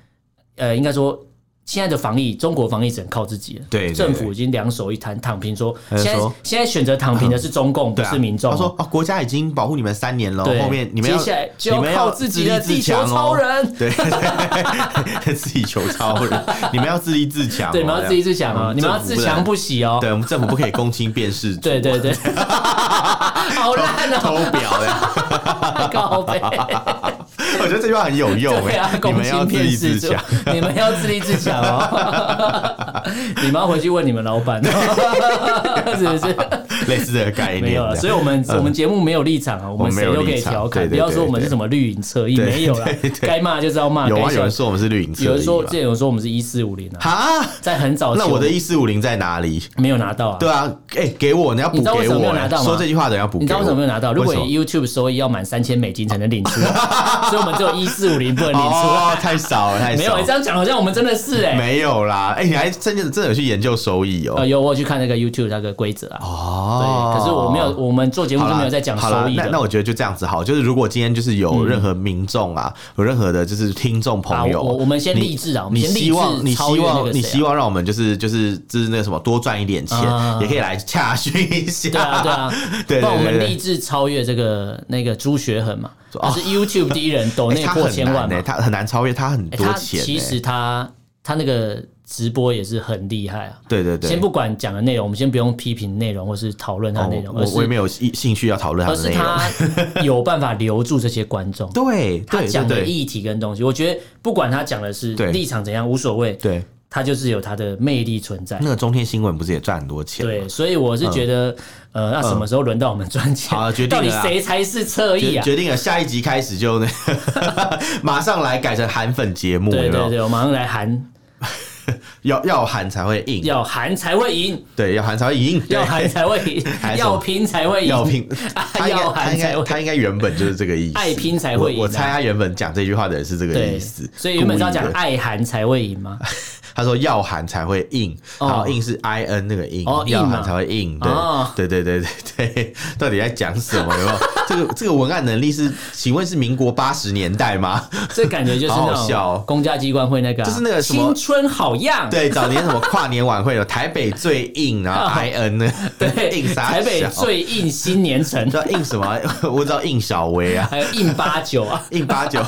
[SPEAKER 2] 呃，应该说。现在的防疫，中国防疫只能靠自己了。
[SPEAKER 1] 对对对
[SPEAKER 2] 政府已经两手一摊，躺平说，
[SPEAKER 1] 他就
[SPEAKER 2] 现在
[SPEAKER 1] 说
[SPEAKER 2] 现在选择躺平的是中共，不
[SPEAKER 1] 对啊
[SPEAKER 2] 是民众哦。
[SPEAKER 1] 他说哦，国家已经保护你们三年了，
[SPEAKER 2] 对
[SPEAKER 1] 后面你们要
[SPEAKER 2] 接下来就要
[SPEAKER 1] 你们
[SPEAKER 2] 靠自己的
[SPEAKER 1] 自立
[SPEAKER 2] 地
[SPEAKER 1] 自
[SPEAKER 2] 球
[SPEAKER 1] 强哦
[SPEAKER 2] 超人
[SPEAKER 1] 对， [laughs] 自己求超人，你们要自立自强哦，
[SPEAKER 2] 对，你们要自己自强哦，
[SPEAKER 1] 嗯
[SPEAKER 2] 你们要
[SPEAKER 1] 政府
[SPEAKER 2] 自强不息哦
[SPEAKER 1] 能。 [laughs] 对，我们政府不可以公亲辨世主，
[SPEAKER 2] 对对
[SPEAKER 1] [laughs]
[SPEAKER 2] 对，好烂
[SPEAKER 1] 偷
[SPEAKER 2] 哦，
[SPEAKER 1] 表的，
[SPEAKER 2] 告白。
[SPEAKER 1] [laughs] 我觉得这句话很有用
[SPEAKER 2] [laughs] 对
[SPEAKER 1] 哎
[SPEAKER 2] 啊，，
[SPEAKER 1] 你
[SPEAKER 2] 公
[SPEAKER 1] 们
[SPEAKER 2] 心
[SPEAKER 1] 要自
[SPEAKER 2] 骗
[SPEAKER 1] 立
[SPEAKER 2] 事
[SPEAKER 1] 自
[SPEAKER 2] 主
[SPEAKER 1] 强，，
[SPEAKER 2] 你们要自立自强哦。 [laughs] 你们要回去问你们老
[SPEAKER 1] [laughs]
[SPEAKER 2] 板，是不是？
[SPEAKER 1] [laughs] 类似的概念
[SPEAKER 2] 没
[SPEAKER 1] 这
[SPEAKER 2] 有了，啊
[SPEAKER 1] 样，
[SPEAKER 2] 所以我们我们节目没有立场啊，我们谁都可以调
[SPEAKER 1] 我
[SPEAKER 2] 侃，
[SPEAKER 1] 们没有
[SPEAKER 2] 不要
[SPEAKER 1] 立场对
[SPEAKER 2] 说我们
[SPEAKER 1] 对对
[SPEAKER 2] 是什么绿营侧翼，
[SPEAKER 1] 对
[SPEAKER 2] 没有啦啊
[SPEAKER 1] 对对，对
[SPEAKER 2] 该骂就是要骂，
[SPEAKER 1] 有
[SPEAKER 2] 该
[SPEAKER 1] 啊，
[SPEAKER 2] 笑
[SPEAKER 1] 有人说我们是绿营侧翼吧，
[SPEAKER 2] 有人说，之前有人说我们是一四五零啊，
[SPEAKER 1] 哈，
[SPEAKER 2] 在很早期，
[SPEAKER 1] 那我的一四五零在哪里？
[SPEAKER 2] 没有拿到啊
[SPEAKER 1] 对。啊，哎，给我，你要补
[SPEAKER 2] 你知道为
[SPEAKER 1] 给
[SPEAKER 2] 什么没
[SPEAKER 1] 我
[SPEAKER 2] 有拿
[SPEAKER 1] 哎，
[SPEAKER 2] 到吗
[SPEAKER 1] 说这句话的人要补给我，
[SPEAKER 2] 你知道为什么没有拿到？如果
[SPEAKER 1] 为什么
[SPEAKER 2] YouTube 收益要满三千美金才能领
[SPEAKER 1] [laughs]
[SPEAKER 2] 出来，所以我们只有一四五零不能领出来。
[SPEAKER 1] 哦，太少
[SPEAKER 2] [laughs]
[SPEAKER 1] 了，太
[SPEAKER 2] 没有，
[SPEAKER 1] 少
[SPEAKER 2] 你这
[SPEAKER 1] 了。
[SPEAKER 2] 样讲好像我们真的是哎、
[SPEAKER 1] 没有啦，哎、你还真的真的有去研究收益哦、
[SPEAKER 2] 呃，有我有去看那个 YouTube 那个规则啊。
[SPEAKER 1] 哦
[SPEAKER 2] 对，可是我没有，我们做节目
[SPEAKER 1] 好
[SPEAKER 2] 就
[SPEAKER 1] 啦
[SPEAKER 2] 没有在讲
[SPEAKER 1] 好啦
[SPEAKER 2] 收益
[SPEAKER 1] 那
[SPEAKER 2] 的。嗯
[SPEAKER 1] 那我觉得就这样子好，就是如果今天就是有任何民众啊，有任何的就是听众朋友，
[SPEAKER 2] 啊我我我们先
[SPEAKER 1] 你
[SPEAKER 2] 励志啊我们
[SPEAKER 1] 你
[SPEAKER 2] 先励
[SPEAKER 1] 希望
[SPEAKER 2] 志
[SPEAKER 1] 你
[SPEAKER 2] 超
[SPEAKER 1] 希
[SPEAKER 2] 越那个
[SPEAKER 1] 望
[SPEAKER 2] 谁
[SPEAKER 1] 你
[SPEAKER 2] 啊
[SPEAKER 1] 希望让我们就是就是就是那个什么多赚一点钱，
[SPEAKER 2] 啊
[SPEAKER 1] 也可以来洽询一下。，
[SPEAKER 2] 对啊，对啊
[SPEAKER 1] [laughs] 对对对
[SPEAKER 2] 不然我们
[SPEAKER 1] 对哎
[SPEAKER 2] 立志超越这个那个朱学恒嘛，
[SPEAKER 1] 哦
[SPEAKER 2] 他是 YouTube 第一人，抖
[SPEAKER 1] [laughs] 哎
[SPEAKER 2] 内
[SPEAKER 1] 他
[SPEAKER 2] 破
[SPEAKER 1] 很
[SPEAKER 2] 千万
[SPEAKER 1] 难
[SPEAKER 2] 嘛
[SPEAKER 1] 呢、。他很难超越，他很
[SPEAKER 2] 哎
[SPEAKER 1] 多
[SPEAKER 2] 他
[SPEAKER 1] 钱、欸。
[SPEAKER 2] 其实他他那个直播也是很厉害啊。
[SPEAKER 1] 对对对，
[SPEAKER 2] 先不管讲的内容，我们先不用批评内容或是讨论他的内
[SPEAKER 1] 哦
[SPEAKER 2] 容，而
[SPEAKER 1] 我我也
[SPEAKER 2] 是
[SPEAKER 1] 没有兴兴趣要讨论他
[SPEAKER 2] 而
[SPEAKER 1] 的
[SPEAKER 2] 是
[SPEAKER 1] 内容。
[SPEAKER 2] 他有办法留住这些观众。
[SPEAKER 1] [laughs] 对，
[SPEAKER 2] 他
[SPEAKER 1] 对
[SPEAKER 2] 讲
[SPEAKER 1] 对
[SPEAKER 2] 的
[SPEAKER 1] 对
[SPEAKER 2] 议题跟东西，我觉得不管他讲的是
[SPEAKER 1] 对
[SPEAKER 2] 立场怎样无所谓，
[SPEAKER 1] 对，
[SPEAKER 2] 他就是有他的魅力存在
[SPEAKER 1] 那。个中天新闻不是也赚很多钱？，
[SPEAKER 2] 对，所以我是觉得，呃，那什么时候轮到我们赚钱？
[SPEAKER 1] 嗯好啊决定
[SPEAKER 2] 到
[SPEAKER 1] 了
[SPEAKER 2] 底
[SPEAKER 1] 啦
[SPEAKER 2] 谁才是侧翼
[SPEAKER 1] 决
[SPEAKER 2] 啊？
[SPEAKER 1] 决定了，下一集开始就那
[SPEAKER 2] [laughs]
[SPEAKER 1] 马上来改成韩粉节目，
[SPEAKER 2] 对
[SPEAKER 1] 有没
[SPEAKER 2] 对
[SPEAKER 1] 有？
[SPEAKER 2] 对，我马上来喊，
[SPEAKER 1] [laughs] 要要韩才会硬，
[SPEAKER 2] 要喊才会赢，
[SPEAKER 1] 对，要韩才会赢，对
[SPEAKER 2] 要喊才会赢
[SPEAKER 1] 还，是什么
[SPEAKER 2] 要拼才会
[SPEAKER 1] [laughs] 要
[SPEAKER 2] 赢， [laughs]
[SPEAKER 1] 拼，他应该
[SPEAKER 2] 要
[SPEAKER 1] 他
[SPEAKER 2] 韩
[SPEAKER 1] 应
[SPEAKER 2] 才
[SPEAKER 1] 该
[SPEAKER 2] 会
[SPEAKER 1] 他应该原本就是这个意思，
[SPEAKER 2] 爱拼才会赢啊
[SPEAKER 1] 我我猜他原本讲这句话的人是这个
[SPEAKER 2] 对
[SPEAKER 1] 意思，，
[SPEAKER 2] 所以原本是要讲
[SPEAKER 1] 故意的
[SPEAKER 2] 爱喊才会赢嘛。
[SPEAKER 1] 他说要韩才会硬，
[SPEAKER 2] 哦
[SPEAKER 1] 然后硬是 I N 那个硬
[SPEAKER 2] 哦，硬啊
[SPEAKER 1] 要韩才会硬，
[SPEAKER 2] 哦
[SPEAKER 1] 对对对对对对，到底在讲什么？有没有？ [laughs] 这个这个文案能力是，请问是民国八十年代吗？ [laughs]
[SPEAKER 2] 这感觉就是
[SPEAKER 1] 好好
[SPEAKER 2] 那
[SPEAKER 1] 笑哦
[SPEAKER 2] 种公家机关会那个啊，
[SPEAKER 1] 就是那个什
[SPEAKER 2] 青
[SPEAKER 1] 么
[SPEAKER 2] 春好样，
[SPEAKER 1] 对，早年什么跨年晚会有台北最硬，
[SPEAKER 2] [laughs]
[SPEAKER 1] 然后 I N 呢？硬
[SPEAKER 2] 哦对，
[SPEAKER 1] 啥？
[SPEAKER 2] 台北最硬新年城
[SPEAKER 1] [laughs] 你，知道硬什么？我知道硬小薇啊，
[SPEAKER 2] 还有硬八九啊。
[SPEAKER 1] 硬八九，